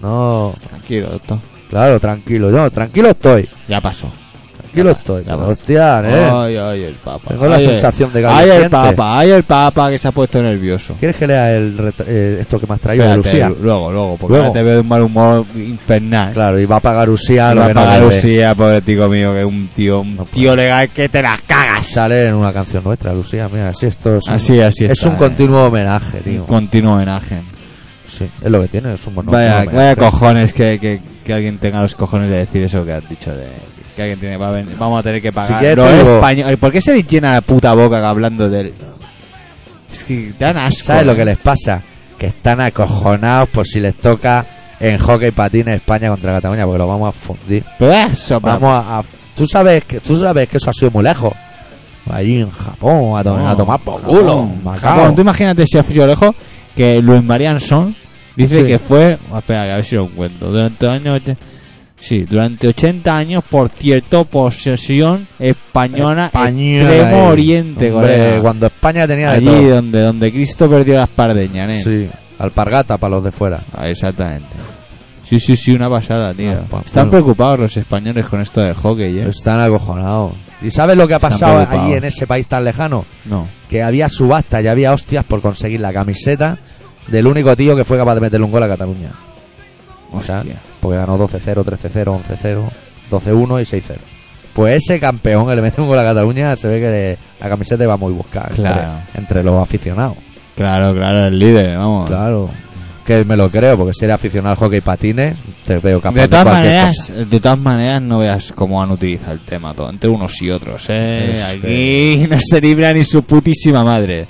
[SPEAKER 1] No,
[SPEAKER 3] Tranquilo, doctor.
[SPEAKER 1] claro, tranquilo. Yo, tranquilo estoy.
[SPEAKER 3] Ya pasó.
[SPEAKER 1] Tranquilo
[SPEAKER 3] Ya va,
[SPEAKER 1] estoy.
[SPEAKER 3] ya va.
[SPEAKER 1] Hostia, eh.
[SPEAKER 3] Ay, ay, el papa.
[SPEAKER 1] Tengo la
[SPEAKER 3] Ay, el-
[SPEAKER 1] sensación de que
[SPEAKER 3] Ay,
[SPEAKER 1] alguien
[SPEAKER 3] el
[SPEAKER 1] siente.
[SPEAKER 3] papa, ay, el papa que se ha puesto nervioso.
[SPEAKER 1] ¿Quieres que lea el ret- eh, esto que me has traído de
[SPEAKER 3] Espérate,
[SPEAKER 1] Lucía?
[SPEAKER 3] lu- Luego, luego, porque
[SPEAKER 1] Luego.
[SPEAKER 3] ahora te veo de un mal humor infernal.
[SPEAKER 1] Claro, y va a pagar Usía
[SPEAKER 3] Lo
[SPEAKER 1] lo
[SPEAKER 3] va
[SPEAKER 1] que
[SPEAKER 3] a
[SPEAKER 1] no
[SPEAKER 3] pagar
[SPEAKER 1] debe.
[SPEAKER 3] Lucía, pobre tío mío, que es un tío, un
[SPEAKER 1] No
[SPEAKER 3] tío legal que te las cagas.
[SPEAKER 1] Sale en una canción nuestra, Lucía. Mira, así esto es. un-
[SPEAKER 3] Así, así
[SPEAKER 1] es
[SPEAKER 3] está,
[SPEAKER 1] un
[SPEAKER 3] eh.
[SPEAKER 1] continuo homenaje, tío.
[SPEAKER 3] Un continuo homenaje.
[SPEAKER 1] Sí, es lo que tiene, es un monólogo.
[SPEAKER 3] vaya,
[SPEAKER 1] homenaje.
[SPEAKER 3] vaya cojones que, que, que alguien tenga los cojones de decir eso que has dicho de que alguien tiene va a ven- vamos a tener que pagar
[SPEAKER 1] quieres
[SPEAKER 3] los
[SPEAKER 1] te digo-
[SPEAKER 3] españoles. ¿Por qué se les llena la puta boca hablando del Es que dan asco. eh?
[SPEAKER 1] ¿Sabes lo que les pasa? Que están acojonados por si les toca en hockey patín España contra Cataluña, porque lo vamos a fundir.
[SPEAKER 3] Pero eso,
[SPEAKER 1] Vamos a, a- tú sabes que tú sabes que eso ha sido muy lejos. Ahí en Japón a, to- a tomar por culo.
[SPEAKER 3] Japón.
[SPEAKER 1] Macao.
[SPEAKER 3] Tú imagínate si ha sido lejos que Luis Marian Son dice
[SPEAKER 1] Sí.
[SPEAKER 3] que fue. ah, Espera, que a ver si lo encuentro. Durante los años. och- Sí, durante 80 años, por cierto, posesión española,
[SPEAKER 1] Española,
[SPEAKER 3] Extremo
[SPEAKER 1] eh.
[SPEAKER 3] Oriente,
[SPEAKER 1] Hombre,
[SPEAKER 3] colega.
[SPEAKER 1] cuando España tenía de
[SPEAKER 3] Allí
[SPEAKER 1] todo.
[SPEAKER 3] donde, donde Cristo perdió las pardeñas, ¿eh?
[SPEAKER 1] Sí, alpargata para los de fuera.
[SPEAKER 3] Ah, exactamente. Sí, sí, sí, una pasada, tío.
[SPEAKER 1] Ah, pa-
[SPEAKER 3] Están
[SPEAKER 1] bueno.
[SPEAKER 3] preocupados los españoles con esto del hockey, ¿eh?
[SPEAKER 1] Están acojonados. ¿Y sabes lo que ha
[SPEAKER 3] Están
[SPEAKER 1] pasado
[SPEAKER 3] preocupados.
[SPEAKER 1] allí en ese país tan lejano?
[SPEAKER 3] No.
[SPEAKER 1] Que había subasta y había hostias por conseguir la camiseta del único tío que fue capaz de meterle un gol a Cataluña. O sea,
[SPEAKER 3] Hostia.
[SPEAKER 1] porque ganó 12-0, 13-0, 11-0, 12-1 y 6-0. Pues ese campeón que le mete un gol a Cataluña, se ve que le- la camiseta iba muy buscada entre-
[SPEAKER 3] Claro.
[SPEAKER 1] entre, los aficionados.
[SPEAKER 3] Claro, claro, el líder, vamos.
[SPEAKER 1] Claro. Que me lo creo, porque si eres aficionado al hockey y patines, te veo capaz de,
[SPEAKER 3] De todas
[SPEAKER 1] cualquier
[SPEAKER 3] maneras,
[SPEAKER 1] cosa.
[SPEAKER 3] de todas maneras no veas cómo han utilizado el tema todo, entre unos y otros, eh.
[SPEAKER 1] Es
[SPEAKER 3] Aquí no se libra ni su putísima madre.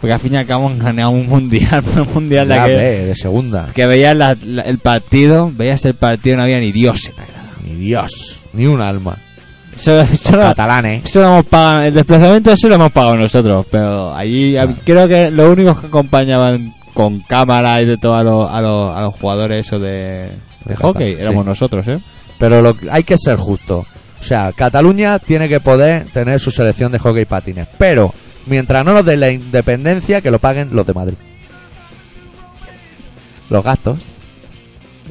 [SPEAKER 3] Porque al fin y al cabo han ganado un mundial, un mundial de
[SPEAKER 1] Ya
[SPEAKER 3] aquel-
[SPEAKER 1] ve, de segunda.
[SPEAKER 3] que veías la- la- el partido, veías el partido y no había ni Dios en la grada.
[SPEAKER 1] Ni Dios, ni un alma. ¿eh?
[SPEAKER 3] Eso, eso lo-
[SPEAKER 1] Catalanes.
[SPEAKER 3] eso lo hemos pagado, el desplazamiento eso lo hemos pagado nosotros, pero allí
[SPEAKER 1] Ah.
[SPEAKER 3] a- creo que los únicos que acompañaban con cámara y de todo a los, a los, a los jugadores eso de, de hockey
[SPEAKER 1] Sí.
[SPEAKER 3] éramos nosotros, eh.
[SPEAKER 1] Pero lo, hay que ser justo. O sea, Cataluña tiene que poder tener su selección de hockey y patines. Pero, mientras no nos den la independencia, que lo paguen los de Madrid. Los gastos.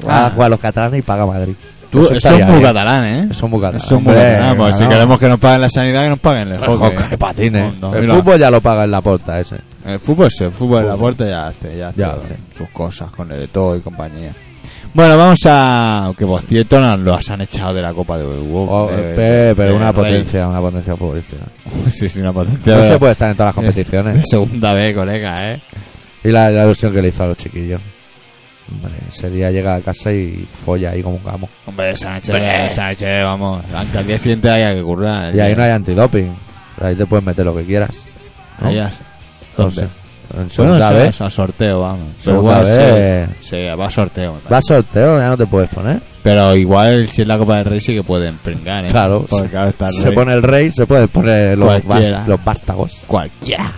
[SPEAKER 1] Ah.
[SPEAKER 3] Ah.
[SPEAKER 1] a los catalanes y paga Madrid.
[SPEAKER 3] Tú, eso
[SPEAKER 1] estaría
[SPEAKER 3] es muy
[SPEAKER 1] bien.
[SPEAKER 3] catalán, ¿eh?
[SPEAKER 1] Eso es muy catalán.
[SPEAKER 3] Eso es muy
[SPEAKER 1] Hombre,
[SPEAKER 3] catalán, pues si
[SPEAKER 1] claro.
[SPEAKER 3] queremos que nos paguen la sanidad, que nos paguen el
[SPEAKER 1] El
[SPEAKER 3] hockey.
[SPEAKER 1] hockey y patines.
[SPEAKER 3] No,
[SPEAKER 1] el
[SPEAKER 3] mira,
[SPEAKER 1] fútbol ya lo paga en la porta ese.
[SPEAKER 3] el fútbol sí, el fútbol, el
[SPEAKER 1] Fútbol.
[SPEAKER 3] aporte ya hace, ya hace,
[SPEAKER 1] Ya hace.
[SPEAKER 3] sus cosas con el de todo y compañía. Bueno, vamos a... Que por cierto nos los han echado de la Copa de
[SPEAKER 1] Oh,
[SPEAKER 3] Europa.
[SPEAKER 1] pe-
[SPEAKER 3] eh,
[SPEAKER 1] pero una potencia, una potencia futbolística.
[SPEAKER 3] sí, sí, una potencia.
[SPEAKER 1] No
[SPEAKER 3] de-
[SPEAKER 1] se puede estar en todas las
[SPEAKER 3] eh,
[SPEAKER 1] competiciones.
[SPEAKER 3] de segunda B, colega, ¿eh?
[SPEAKER 1] Y la, la ilusión que le hizo a los chiquillos. Hombre, ese día llega a casa y folla ahí como un gamo.
[SPEAKER 3] Hombre, esa noche, esa noche, vamos. Aunque al día siguiente haya que currar.
[SPEAKER 1] Y ahí no hay antidoping. Ahí te puedes meter lo que quieras. ¿no?
[SPEAKER 7] Allá.
[SPEAKER 1] No
[SPEAKER 7] ¿Dónde?
[SPEAKER 1] sé. En
[SPEAKER 7] Bueno,
[SPEAKER 1] segunda
[SPEAKER 7] eso
[SPEAKER 1] vez.
[SPEAKER 7] es a sorteo, vamos. Pero
[SPEAKER 1] Segunda
[SPEAKER 7] igual se-
[SPEAKER 1] vez.
[SPEAKER 7] se va a sorteo. me parece.
[SPEAKER 1] Va a sorteo, ya no te puedes poner.
[SPEAKER 7] Pero igual si es la Copa del Rey sí que pueden pringar, ¿eh?
[SPEAKER 1] Claro,
[SPEAKER 7] Porque
[SPEAKER 1] se-
[SPEAKER 7] claro, está el
[SPEAKER 1] se
[SPEAKER 7] Rey.
[SPEAKER 1] pone el rey, se pueden poner los, bas-
[SPEAKER 7] Cualquiera.
[SPEAKER 1] los vástagos.
[SPEAKER 7] cualquiera.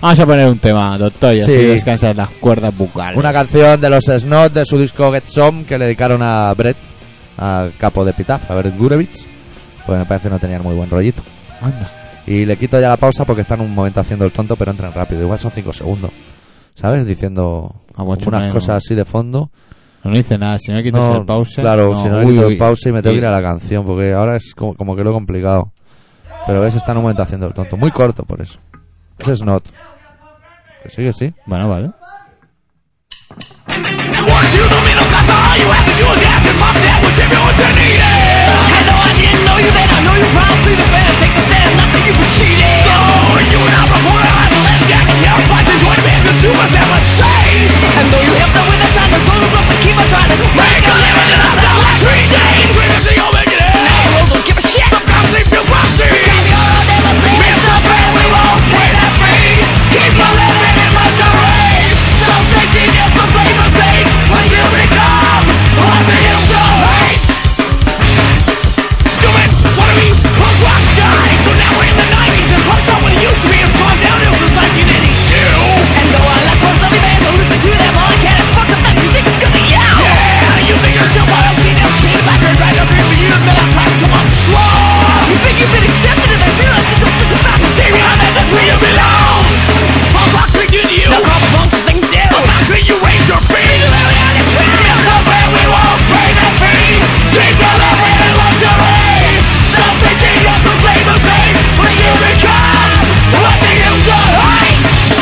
[SPEAKER 7] Vamos a poner un tema, doctor, y así
[SPEAKER 1] Sí.
[SPEAKER 7] descansas las cuerdas bucales.
[SPEAKER 1] Una canción de los Snot de su disco Get Some que le dedicaron a Brett, al capo de Pitaf, a Brett Gurevich. Pues me parece que no tenían muy buen rollito. Y le quito ya la pausa porque están un momento haciendo el tonto, pero entran rápido. Igual son 5 segundos. ¿Sabes? Diciendo
[SPEAKER 7] Ah, mucho
[SPEAKER 1] unas
[SPEAKER 7] menos.
[SPEAKER 1] cosas así de fondo.
[SPEAKER 7] No dice nada, si no quitas
[SPEAKER 1] No,
[SPEAKER 7] el pause.
[SPEAKER 1] Claro, si no le
[SPEAKER 7] uy,
[SPEAKER 1] quito
[SPEAKER 7] uy.
[SPEAKER 1] el pause y me tengo que ir a
[SPEAKER 7] Y-
[SPEAKER 1] la canción, porque ahora es como, como que lo he complicado. Pero ves, está en un momento haciendo el tonto. Muy corto por eso. Ese es not. Que sí, que sí.
[SPEAKER 7] Bueno, vale.
[SPEAKER 5] Once you don't mean no casa, all you have to do is ask if mom and dad would give you what you needed. I know I didn't know you then, I know you probably the better take the stand, not that you were cheating. So, you and I were born on left jack and your spots is what man that you must ever say. And though you have the witness on the soul of the keep on trying to make a living in us out like three days. Three days and you'll make it in. Now you don't give a shit. Sometimes they feel bossy. Got your own damn thing. It's a brand we won't pay that fee. Keep on living in lingerie. So they teach us to play for fate. When you become what you so hate. Stupid, wannabe, punk rock guy. So now we're in the 90s and punk's not what it used to be. It's gone downhill since 1982. And though I left once on the band, don't listen to them. All I can is fuck the things you think is gonna yell. Yeah, you think you're so wild, see now shit back and right up here for you. Then I crack, come on, strong. You think you've been accepted and I realize that that's just a fact. Stay behind that, that's where you belong. Punk rock's big to you. Now call the punks a thing down. I'm not till you raise your feet. Singularly on your trail. It's somewhere we won't pay the fee. Keep your love in luxury. Stop thinking you're so blame of fate. When you become what they used to hate.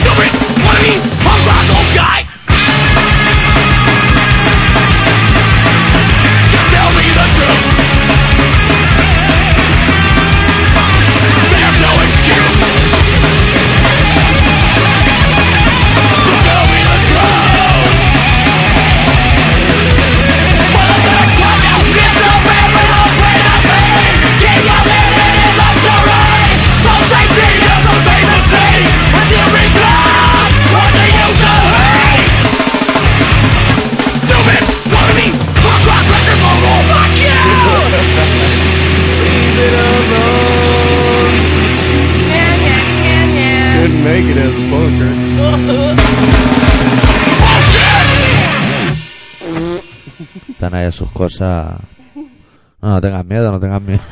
[SPEAKER 5] Stupid, whiny, punk rock old guy. Just tell me the truth. There's no excuse. Just tell me the truth. Well, I'm gonna tell you, it's no way we won't pay the fee. Keep on living in luxury. So safety is a famous thing. As you regret what they used to hate. Stupid, wannabe, punk rock record mogul, fuck you!
[SPEAKER 1] Están ahí sus cosas. No, no tengas miedo, no tengas miedo.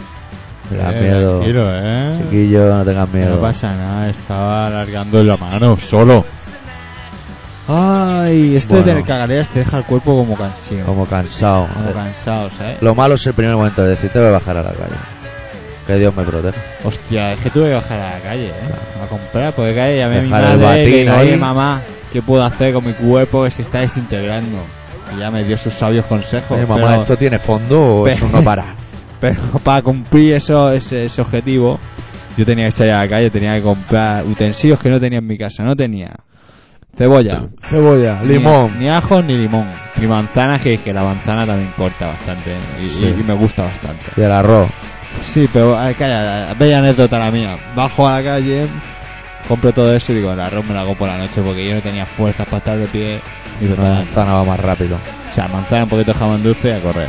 [SPEAKER 1] No tengas
[SPEAKER 3] Eh,
[SPEAKER 1] miedo.
[SPEAKER 3] tranquilo, ¿eh?
[SPEAKER 1] Chiquillo, no tengas miedo.
[SPEAKER 3] No pasa nada, estaba alargando la mano solo. Ay, este
[SPEAKER 1] Bueno.
[SPEAKER 3] del cagareas te deja el cuerpo como cansado. Como, eh.
[SPEAKER 1] Como eh. cansado.
[SPEAKER 3] cansado, ¿sabes?
[SPEAKER 1] Lo malo es el primer momento de decirte voy a bajar a la calle. Que Dios me proteja.
[SPEAKER 3] Hostia, es que tuve que bajar a la calle, ¿eh? A comprar, porque calle llamé a mi
[SPEAKER 1] Dejar el
[SPEAKER 3] madre y
[SPEAKER 1] batín
[SPEAKER 3] le digo,
[SPEAKER 1] ahí.
[SPEAKER 3] oye mamá, ¿qué puedo hacer con mi cuerpo que se está desintegrando? Y ya me dio sus sabios consejos.
[SPEAKER 1] Oye, Eh, mamá,
[SPEAKER 3] pero-
[SPEAKER 1] ¿esto tiene fondo o
[SPEAKER 3] Pero-
[SPEAKER 1] eso no para?
[SPEAKER 3] Pero para cumplir eso, ese, ese objetivo, yo tenía que salir a la calle, tenía que comprar utensilios que no tenía en mi casa. No tenía cebolla,
[SPEAKER 1] Cebolla,
[SPEAKER 3] ni- ni, ajo, ni limón, ni manzana, que dije, la manzana también corta bastante ¿no? y,
[SPEAKER 1] Sí.
[SPEAKER 3] y- y me gusta bastante.
[SPEAKER 1] Y el arroz.
[SPEAKER 3] Sí, pero ay, calla, bella anécdota la mía. Bajo a la calle, compro todo eso y digo, el arroz me lo hago por la noche porque yo no tenía fuerzas para estar de pie y
[SPEAKER 1] La
[SPEAKER 3] preparar
[SPEAKER 1] manzana va más rápido.
[SPEAKER 3] o sea, manzana, un poquito de jamón dulce y a correr.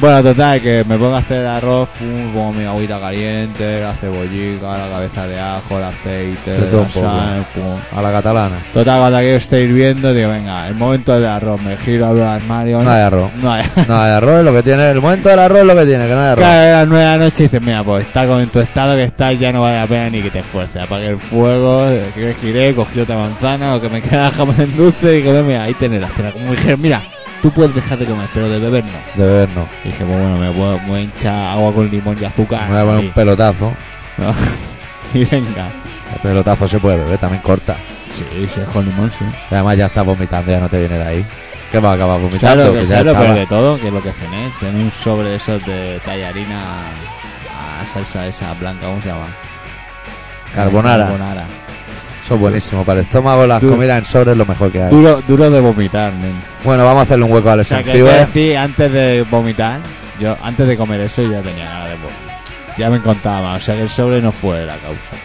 [SPEAKER 3] Bueno, total, que me pongo a hacer arroz, pum, pongo mi agüita caliente, la cebollica, la cabeza de ajo, el aceite,
[SPEAKER 1] De todo
[SPEAKER 3] la
[SPEAKER 1] un poco.
[SPEAKER 3] sal, pum.
[SPEAKER 1] A la catalana.
[SPEAKER 3] Total, cuando aquello esté hirviendo, digo, venga, el momento del arroz, me giro, abro el armario.
[SPEAKER 1] No hay arroz.
[SPEAKER 3] No hay
[SPEAKER 1] No, el arroz es lo que tiene. El momento del arroz es lo que tiene, que no hay arroz.
[SPEAKER 3] Claro, a las nueve de la noche y dices, mira, pues está con tu estado que estás, ya no vale la pena ni que te esfuerces. Apagué el fuego, eh, que me giré, cogí otra manzana o que me queda jamón dulce y digo, mira, ahí tenés la cena. Como me dijeron, mira, tú puedes dejar de comer, pero de beber no.
[SPEAKER 1] De beber no.
[SPEAKER 3] Y dije, pues bueno, me puedo, me voy a hinchar agua con limón y azúcar.
[SPEAKER 1] Me voy a poner un
[SPEAKER 3] y,
[SPEAKER 1] pelotazo.
[SPEAKER 3] no. Y venga.
[SPEAKER 1] El pelotazo se puede beber, también corta.
[SPEAKER 3] Sí, sí, con limón, sí.
[SPEAKER 1] Y además ya estás vomitando, ya no te viene de ahí. ¿Qué va a acabar vomitando?
[SPEAKER 3] Claro, que
[SPEAKER 1] ya
[SPEAKER 3] sé lo peor
[SPEAKER 1] estaba.
[SPEAKER 3] de todo, que es lo que cené. Cené un sobre de esos de tallarina a salsa esa blanca, ¿cómo se llama?
[SPEAKER 1] Carbonara.
[SPEAKER 3] Carbonara.
[SPEAKER 1] Eso es buenísimo. Para el estómago, las
[SPEAKER 3] Tú-
[SPEAKER 1] comidas en sobre es lo mejor que hay.
[SPEAKER 3] Duro, duro de vomitar, nen.
[SPEAKER 1] Bueno, vamos a hacerle un hueco a
[SPEAKER 3] O
[SPEAKER 1] los
[SPEAKER 3] sea, que
[SPEAKER 1] anfibes.
[SPEAKER 3] decir, antes de vomitar, yo antes de comer eso ya tenía ganas de vomitar.
[SPEAKER 7] Ya me contaba más. O sea que el sobre no fue la causa.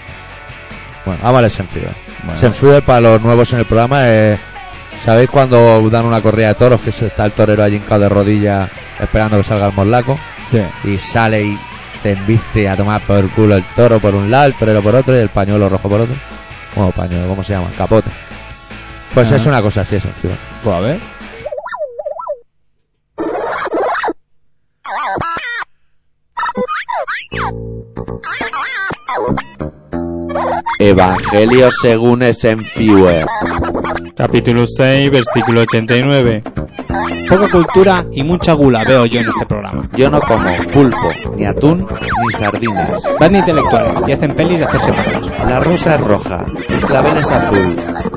[SPEAKER 1] Bueno, ah, vale, Senfrider.
[SPEAKER 7] Bueno.
[SPEAKER 1] Senfrider, para los nuevos en el programa, eh, ¿sabéis cuando dan una corrida de toros que se está el torero allí hincado de rodillas esperando que salga el morlaco?
[SPEAKER 7] Sí.
[SPEAKER 1] Y sale y te embiste a tomar por culo el toro por un lado, el torero por otro y el pañuelo rojo por otro. Bueno, pañuelo, ¿cómo se llama? Capote. Pues
[SPEAKER 7] Ah.
[SPEAKER 1] es una cosa así, Senfrider.
[SPEAKER 7] Pues a ver.
[SPEAKER 1] Evangelio según es Senfrider.
[SPEAKER 8] Capítulo 6, versículo 89.
[SPEAKER 3] Poca cultura y mucha gula veo yo en este programa.
[SPEAKER 1] Yo no como pulpo, ni atún, ni sardinas.
[SPEAKER 3] Van de intelectuales y hacen pelis de hacerse malos.
[SPEAKER 1] La rosa es roja, el clavel es azul.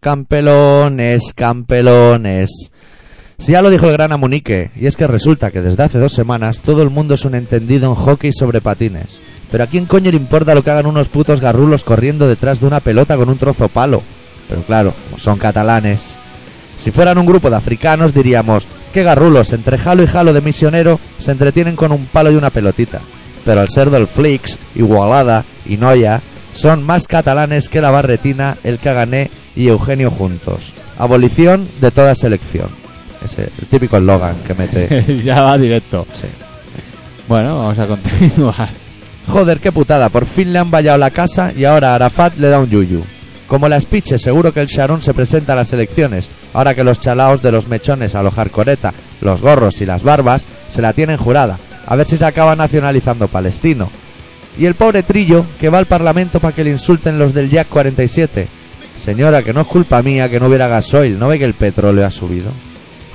[SPEAKER 1] Campelones, campelones. Si ya lo dijo el gran Amunique, y es que resulta que desde hace dos semanas todo el mundo es un entendido en hockey sobre patines. Pero a quién coño le importa lo que hagan unos putos garrulos corriendo detrás de una pelota con un trozo palo. Pero claro, como son catalanes. Si fueran un grupo de africanos diríamos, qué garrulos, entre jalo y jalo de misionero se entretienen con un palo y una pelotita. Pero al ser del Flix, Igualada y Noya, son más catalanes que la Barretina, el Cagané y Eugenio juntos. Abolición de toda selección. Ese, el típico eslogan que mete.
[SPEAKER 7] ya va directo.
[SPEAKER 1] Sí.
[SPEAKER 7] Bueno, vamos a continuar.
[SPEAKER 1] Joder, qué putada, por fin le han vallado la casa y ahora Arafat le da un yuyu. Como las piches, seguro que el Sharon se presenta a las elecciones, ahora que los chalaos de los mechones a alojar coreta, los gorros y las barbas se la tienen jurada, a ver si se acaba nacionalizando palestino. Y el pobre Trillo, que va al Parlamento para que le insulten los del Jack 47. Señora, que no es culpa mía que no hubiera gasoil, ¿no ve que el petróleo ha subido?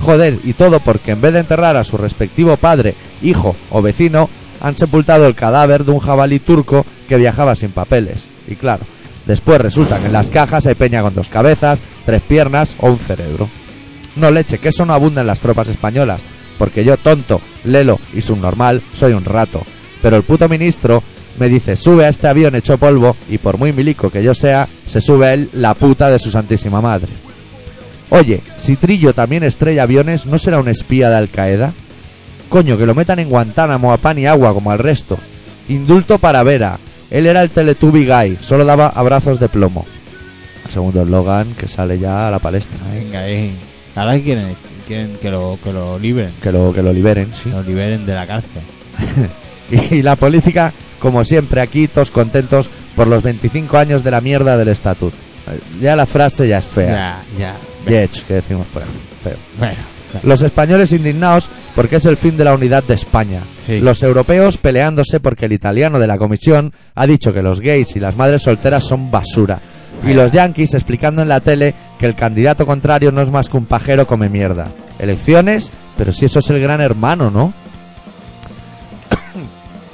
[SPEAKER 1] Joder, y todo porque en vez de enterrar a su respectivo padre, hijo o vecino, han sepultado el cadáver de un jabalí turco que viajaba sin papeles. Y claro, después resulta que en las cajas hay peña con dos cabezas, tres piernas o un cerebro. No leche, que eso no abunda en las tropas españolas, porque yo tonto, lelo y subnormal soy un rato. Pero el puto ministro me dice, sube a este avión hecho polvo y por muy milico que yo sea, se sube a él la puta de su santísima madre. Oye, si Trillo también estrella aviones, ¿no será un espía de Al Qaeda? Coño, que lo metan en Guantánamo a pan y agua como al resto. Indulto para Vera. Él era el Teletubby Guy, solo daba abrazos de plomo. Segundo eslogan que sale ya a la palestra. ¿eh?
[SPEAKER 7] Venga, ahí. Ahora quieren, quieren que, lo, que lo liberen.
[SPEAKER 1] Que lo, que lo liberen, sí.
[SPEAKER 7] Lo liberen de la cárcel.
[SPEAKER 1] Y la política, como siempre, aquí todos contentos por los 25 años de la mierda del estatut. Ya la frase ya es fea.
[SPEAKER 7] ya.
[SPEAKER 1] Yech, que decimos por ahí. Feo.
[SPEAKER 7] Bueno,
[SPEAKER 1] Los españoles indignados porque es el fin de la unidad de España.
[SPEAKER 7] Sí.
[SPEAKER 1] Los europeos peleándose porque el italiano de la comisión ha dicho que los gays y las madres solteras son basura. Y los yanquis explicando en la tele que el candidato contrario no es más que un pajero come mierda. Elecciones, pero si eso es el gran hermano, ¿no?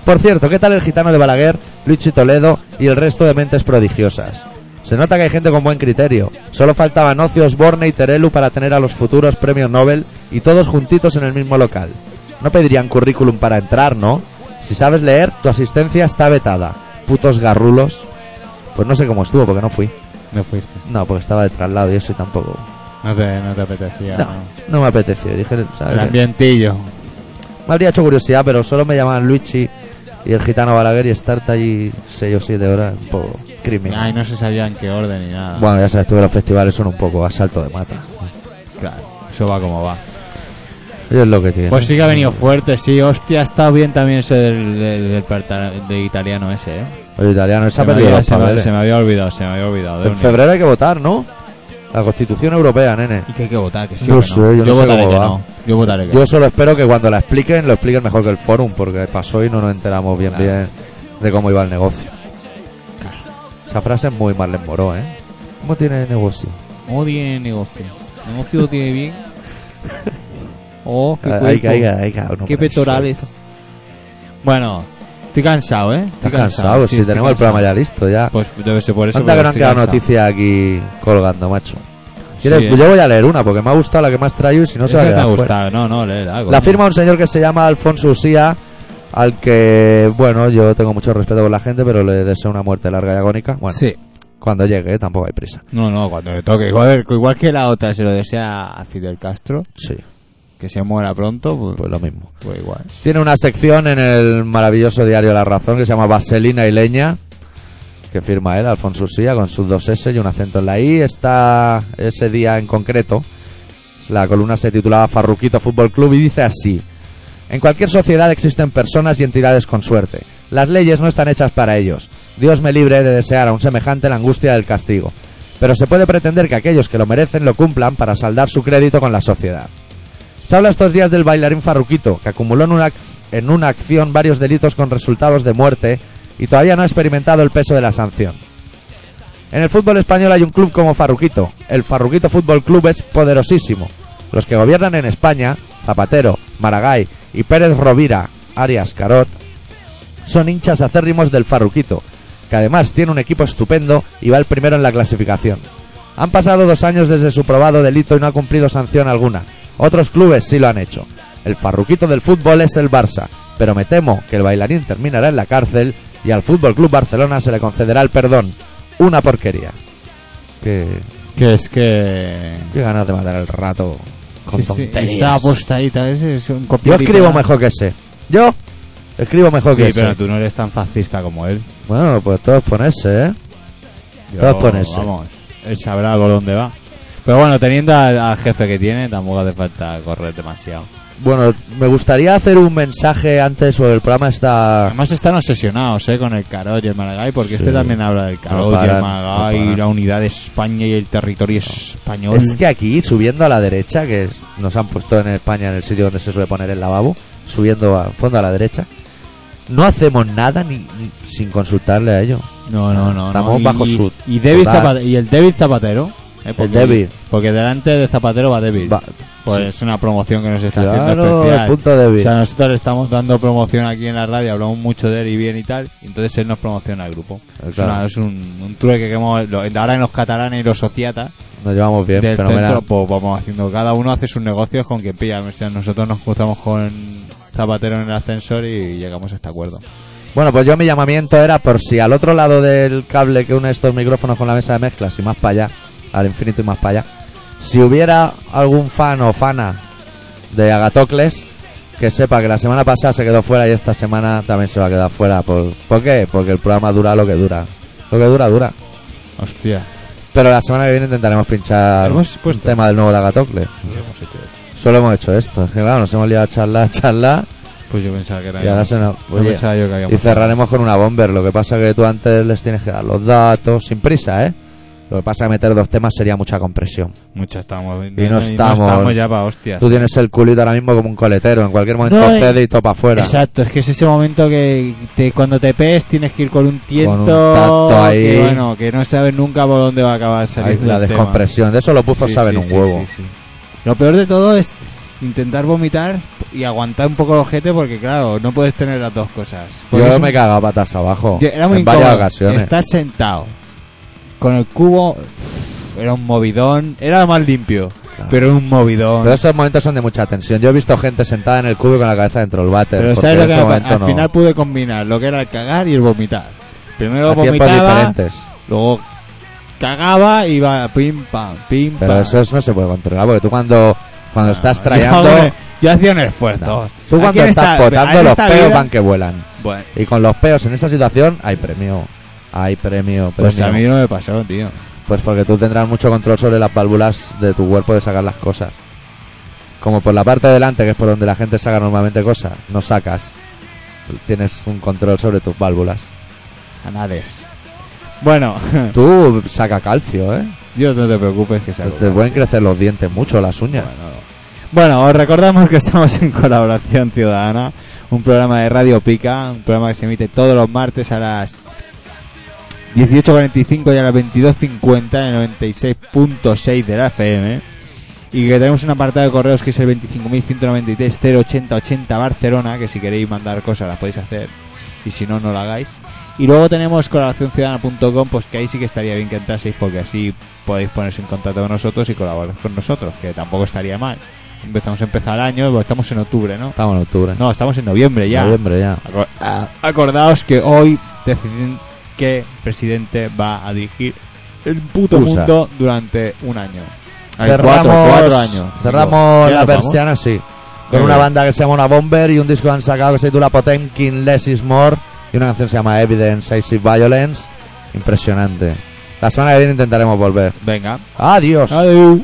[SPEAKER 1] Por cierto, ¿qué tal el gitano de Balaguer, Luchi Toledo y el resto de mentes prodigiosas? Se nota que hay gente con buen criterio. Solo faltaban Ocios, Borne y Terelu para tener a los futuros premios Nobel y todos juntitos en el mismo local. No pedirían currículum para entrar, ¿no? Si sabes leer, tu asistencia está vetada. Putos garrulos. Pues no sé cómo estuvo porque no fui.
[SPEAKER 7] no fuiste.
[SPEAKER 1] No, porque estaba de traslado y eso y tampoco.
[SPEAKER 7] No te, no te apetecía.
[SPEAKER 1] No,
[SPEAKER 7] ¿no?
[SPEAKER 1] no me apeteció. Dije,
[SPEAKER 7] El
[SPEAKER 1] ¿sabes? qué?
[SPEAKER 7] ambientillo.
[SPEAKER 1] Me habría hecho curiosidad, pero solo me llamaban Luigi y el gitano Balaguer y estarte allí 6 o 7 horas, un poco crimen.
[SPEAKER 7] Ay, no se sabía en qué orden ni nada.
[SPEAKER 1] Bueno, ya sabes tú que los festivales son un poco asalto de mata.
[SPEAKER 7] Claro, eso va como va.
[SPEAKER 1] Eso es lo que tiene.
[SPEAKER 7] Pues sí que ha venido fuerte, sí. Hostia, ha estado bien también ese del, del, del parta- del italiano ese, ¿eh?
[SPEAKER 1] El italiano se ha
[SPEAKER 7] me
[SPEAKER 1] perdido
[SPEAKER 7] había-
[SPEAKER 1] los
[SPEAKER 7] se, me,
[SPEAKER 1] papeles.
[SPEAKER 7] se me había olvidado, se me había olvidado. de
[SPEAKER 1] En
[SPEAKER 7] un-
[SPEAKER 1] febrero hay que votar, ¿no? La Constitución Europea, nene.
[SPEAKER 7] ¿Y que hay que votar? Que sí
[SPEAKER 1] No
[SPEAKER 7] o que
[SPEAKER 1] sé,
[SPEAKER 7] no.
[SPEAKER 1] yo no sé
[SPEAKER 7] votaré
[SPEAKER 1] cómo
[SPEAKER 7] que
[SPEAKER 1] va.
[SPEAKER 7] no. Yo votaré que no.
[SPEAKER 1] Yo solo espero que cuando la expliquen, lo expliquen mejor que el forum, porque pasó y no nos enteramos bien
[SPEAKER 7] Claro.
[SPEAKER 1] bien de cómo iba el negocio. Esa frase es muy Marlene Moró, ¿eh? ¿Cómo tiene el negocio?
[SPEAKER 7] ¿Cómo tiene el negocio? ¿El negocio lo tiene bien? Oh, qué
[SPEAKER 1] Hay-
[SPEAKER 7] cuerpo,
[SPEAKER 1] hay- hay- hay cada uno
[SPEAKER 7] qué
[SPEAKER 1] por ahí
[SPEAKER 7] pectorales. Bueno,
[SPEAKER 3] Estoy cansado, ¿eh? Estoy
[SPEAKER 1] Estás cansado,
[SPEAKER 3] sí,
[SPEAKER 1] si
[SPEAKER 3] estoy
[SPEAKER 1] tenemos el
[SPEAKER 3] cansado.
[SPEAKER 1] programa ya listo, ya.
[SPEAKER 3] Pues debe ser por eso.
[SPEAKER 1] Anda que
[SPEAKER 3] porque
[SPEAKER 1] no han
[SPEAKER 3] estoy
[SPEAKER 1] quedado
[SPEAKER 3] cansado.
[SPEAKER 1] noticias aquí colgando, macho. ¿Quieres?
[SPEAKER 3] Sí, eh.
[SPEAKER 1] Yo voy a leer una porque me ha gustado la que me has traído y si no se
[SPEAKER 3] Esa
[SPEAKER 1] va a
[SPEAKER 3] me ha
[SPEAKER 1] quedar fuera.
[SPEAKER 3] gustado. No, no, leer algo.
[SPEAKER 1] La firma un señor que se llama Alfonso Usía, al que, bueno, yo tengo mucho respeto por la gente, pero le deseo una muerte larga y agónica. Bueno,
[SPEAKER 3] Sí.
[SPEAKER 1] cuando llegue, ¿eh? tampoco hay prisa.
[SPEAKER 3] No, no, cuando le toque. Igual, igual que la otra se lo desea a Fidel Castro,
[SPEAKER 1] Sí,
[SPEAKER 3] que se muera pronto, pues,
[SPEAKER 1] pues lo mismo.
[SPEAKER 3] pues igual.
[SPEAKER 1] Tiene una sección en el maravilloso diario La Razón que se llama Vaselina y Leña, que firma él, Alfonso Usía, con sus dos S y un acento en la I. Está ese día en concreto. La columna se titulaba Farruquito Fútbol Club y dice así. En cualquier sociedad existen personas y entidades con suerte. Las leyes no están hechas para ellos. Dios me libre de desear a un semejante la angustia del castigo. Pero se puede pretender que aquellos que lo merecen lo cumplan para saldar su crédito con la sociedad. Se habla estos días del bailarín Farruquito, que acumuló en una, ac- en una acción varios delitos con resultados de muerte y todavía no ha experimentado el peso de la sanción. En el fútbol español hay un club como Farruquito. El Farruquito Fútbol Club es poderosísimo. Los que gobiernan en España, Zapatero, Maragall y Pérez Rovira, Arias Carot, son hinchas acérrimos del Farruquito, que además tiene un equipo estupendo y va el primero en la clasificación. Han pasado dos años desde su probado delito y no ha cumplido sanción alguna. Otros clubes sí lo han hecho. El farruquito del fútbol es el Barça, pero me temo que el bailarín terminará en la cárcel y al Fútbol Club Barcelona se le concederá el perdón. Una porquería. Qué,
[SPEAKER 3] Que es que.
[SPEAKER 1] qué ganas de matar el rato con
[SPEAKER 3] Sí, sí,
[SPEAKER 1] tonterías.
[SPEAKER 3] Está apostadita, es, es un
[SPEAKER 1] Yo
[SPEAKER 3] copiar y
[SPEAKER 1] escribo
[SPEAKER 3] pegar.
[SPEAKER 1] mejor que ese. Yo escribo mejor que
[SPEAKER 9] Sí,
[SPEAKER 1] ese.
[SPEAKER 9] pero tú no eres tan fascista como él.
[SPEAKER 1] Bueno, pues todos ponerse, ¿eh?
[SPEAKER 9] Yo,
[SPEAKER 1] Todos por ese.
[SPEAKER 9] Vamos, él sabrá por dónde va. Pero bueno, teniendo al, al jefe que tiene, tampoco hace falta correr demasiado.
[SPEAKER 1] Bueno, me gustaría hacer un mensaje antes sobre el programa está
[SPEAKER 3] Además están obsesionados eh, con el Carol y el Maragall, porque este también habla del
[SPEAKER 1] No
[SPEAKER 3] Carol y
[SPEAKER 1] paran,
[SPEAKER 3] el
[SPEAKER 1] no
[SPEAKER 3] Maragall
[SPEAKER 1] paran.
[SPEAKER 3] y la unidad de España y el territorio español.
[SPEAKER 1] Es que aquí, subiendo a la derecha, que es- nos han puesto en España en el sitio donde se suele poner el lavabo, subiendo a fondo a la derecha, no hacemos nada ni, ni- sin consultarle a ellos.
[SPEAKER 3] No, no, no.
[SPEAKER 1] Estamos
[SPEAKER 3] no.
[SPEAKER 1] bajo
[SPEAKER 3] y,
[SPEAKER 1] su-
[SPEAKER 3] Y, David
[SPEAKER 1] total.
[SPEAKER 3] Zapate- y el David Zapatero. eh, porque,
[SPEAKER 1] David.
[SPEAKER 3] Porque delante de Zapatero va David.
[SPEAKER 1] Va-
[SPEAKER 3] pues
[SPEAKER 1] sí.
[SPEAKER 3] es una promoción que nos está haciendo
[SPEAKER 1] Claro,
[SPEAKER 3] especial.
[SPEAKER 1] el punto
[SPEAKER 3] O sea,
[SPEAKER 1] débil.
[SPEAKER 3] nosotros le estamos dando promoción aquí en la radio, hablamos mucho de él y bien y tal, y entonces él nos promociona al grupo. Es,
[SPEAKER 1] Claro.
[SPEAKER 3] una- es un, un trueque que hemos... lo- ahora en los catalanes y los sociatas
[SPEAKER 1] Nos llevamos bien,
[SPEAKER 3] del
[SPEAKER 1] fenomenal.
[SPEAKER 3] centro, pues vamos haciendo, cada uno hace sus negocios con quien pilla. O sea, nosotros nos cruzamos con Zapatero en el ascensor y llegamos a este acuerdo.
[SPEAKER 1] Bueno, pues yo mi llamamiento era por si al otro lado del cable que une estos micrófonos con la mesa de mezclas y más para allá, al infinito y más para allá, si hubiera algún fan o fana de Agatocles que sepa que la semana pasada se quedó fuera y esta semana también se va a quedar fuera. ¿Por, ¿por qué? Porque el programa dura lo que dura. Lo que dura, dura.
[SPEAKER 3] Hostia.
[SPEAKER 1] Pero la semana que viene intentaremos pinchar
[SPEAKER 3] Hemos
[SPEAKER 1] un
[SPEAKER 3] puesto-
[SPEAKER 1] tema del nuevo de Agatocles. Solo hemos hecho esto. Es que, Claro, nos hemos liado a charlar, a charlar
[SPEAKER 3] Pues yo pensaba que era...
[SPEAKER 1] y ahora se nos...
[SPEAKER 3] yo
[SPEAKER 1] Oye,
[SPEAKER 3] pensaba Pues yo que habíamos-
[SPEAKER 1] y cerraremos con una bomber. Lo que pasa que tú antes les tienes que dar los datos, sin prisa, ¿eh? Lo que pasa es que meter dos temas sería mucha compresión.
[SPEAKER 3] Muchas estamos. Y
[SPEAKER 1] estamos.
[SPEAKER 3] ya para hostias.
[SPEAKER 1] Tú tienes el culito ahora mismo como un coletero. En cualquier momento
[SPEAKER 3] No, eh.
[SPEAKER 1] cede y topa afuera.
[SPEAKER 3] Exacto, es que es ese momento que te- cuando te pees tienes que ir con un tiento.
[SPEAKER 1] un tacto ahí.
[SPEAKER 3] Que, bueno, que no sabes nunca por dónde va a acabar
[SPEAKER 1] Ahí
[SPEAKER 3] saliendo.
[SPEAKER 1] la
[SPEAKER 3] el tema.
[SPEAKER 1] descompresión. De eso los buzos
[SPEAKER 3] Sí,
[SPEAKER 1] saben
[SPEAKER 3] sí,
[SPEAKER 1] un
[SPEAKER 3] sí,
[SPEAKER 1] huevo.
[SPEAKER 3] sí, sí. Lo peor de todo es intentar vomitar y aguantar un poco el ojete porque, claro, no puedes tener las dos cosas. Porque es
[SPEAKER 1] Yo
[SPEAKER 3] un-
[SPEAKER 1] me cagaba patas abajo.
[SPEAKER 3] Pues Yo- Era muy
[SPEAKER 1] en varias
[SPEAKER 3] incómodo.
[SPEAKER 1] ocasiones.
[SPEAKER 3] Estar sentado con el cubo era un movidón. Era más limpio, pero era un movidón.
[SPEAKER 1] Pero esos momentos son de mucha tensión. Yo he visto gente sentada en el cubo y con la cabeza dentro del váter.
[SPEAKER 3] Pero
[SPEAKER 1] porque
[SPEAKER 3] ¿sabes lo
[SPEAKER 1] en
[SPEAKER 3] que
[SPEAKER 1] ese
[SPEAKER 3] me pa-
[SPEAKER 1] momento
[SPEAKER 3] Al
[SPEAKER 1] no.
[SPEAKER 3] final pude combinar lo que era el cagar y el vomitar. Primero
[SPEAKER 1] A tiempos
[SPEAKER 3] vomitaba,
[SPEAKER 1] diferentes.
[SPEAKER 3] luego cagaba y iba pim pam, pim
[SPEAKER 1] Pero
[SPEAKER 3] pam.
[SPEAKER 1] eso es- no se puede controlar. Porque tú cuando, cuando estás
[SPEAKER 3] Yo,
[SPEAKER 1] trayendo...
[SPEAKER 3] Ah, hombre, yo hacía un esfuerzo.
[SPEAKER 1] No.
[SPEAKER 3] Aquí
[SPEAKER 1] Tú cuando
[SPEAKER 3] en
[SPEAKER 1] estás
[SPEAKER 3] esta- aquí
[SPEAKER 1] potando
[SPEAKER 3] en
[SPEAKER 1] los
[SPEAKER 3] esta
[SPEAKER 1] peos
[SPEAKER 3] vida-
[SPEAKER 1] van que vuelan.
[SPEAKER 3] Bueno,
[SPEAKER 1] Y con los peos en esa situación hay premio. Hay premio, premio.
[SPEAKER 3] pues a mí no me pasó, tío.
[SPEAKER 1] Pues porque tú tendrás mucho control sobre las válvulas de tu cuerpo de sacar las cosas. Como por la parte de delante, que es por donde la gente saca normalmente cosas, no sacas. Tienes un control sobre tus válvulas.
[SPEAKER 3] Anales. Bueno,
[SPEAKER 1] Tú saca calcio, ¿eh?
[SPEAKER 3] yo no te preocupes que se
[SPEAKER 1] Pues Te- Te pueden crecer los dientes mucho, las uñas.
[SPEAKER 3] Bueno, os recordamos que estamos en Colaboración Ciudadana, un programa de Radio Pica, un programa que se emite todos los martes a las 18.45 y a las 22.50 en el 96.6 de la FM. Y que tenemos un apartado de correos que es el 25.193.080.80 Barcelona, que si queréis mandar cosas las podéis hacer. y si no, no lo hagáis. Y luego tenemos colaboracionciudadana.com, pues que ahí sí que estaría bien que entraseis porque así podéis poneros en contacto con nosotros y colaborar con nosotros, que tampoco estaría mal. Empezamos a empezar el año, pues estamos en octubre, ¿no?
[SPEAKER 1] Estamos en octubre.
[SPEAKER 3] No, estamos en noviembre ya.
[SPEAKER 1] Noviembre ya.
[SPEAKER 3] Acor- a- acordaos que hoy deciden qué presidente va a dirigir el puto
[SPEAKER 1] Usa.
[SPEAKER 3] mundo durante un año. Ay,
[SPEAKER 1] cerramos
[SPEAKER 3] cuatro, cuatro años.
[SPEAKER 1] cerramos
[SPEAKER 3] ¿Ya
[SPEAKER 1] la
[SPEAKER 3] nos vamos?
[SPEAKER 1] persiana, sí. Con
[SPEAKER 3] Muy
[SPEAKER 1] una
[SPEAKER 3] bien.
[SPEAKER 1] banda que se llama Una Bomber y un disco que han sacado que se titula Potemkin Less is More y una canción que se llama Evidence, Is Violence. Impresionante. La semana que viene intentaremos volver.
[SPEAKER 3] Venga.
[SPEAKER 1] Adiós.
[SPEAKER 3] Adiós.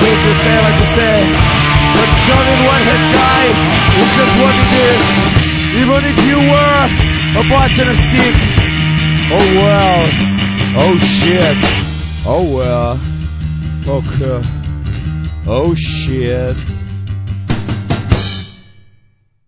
[SPEAKER 10] Hate to say like to say, but showing one has died is just what it is. Even if you were a botanistic. Oh well. Oh shit. Oh well. Okay. Oh shit.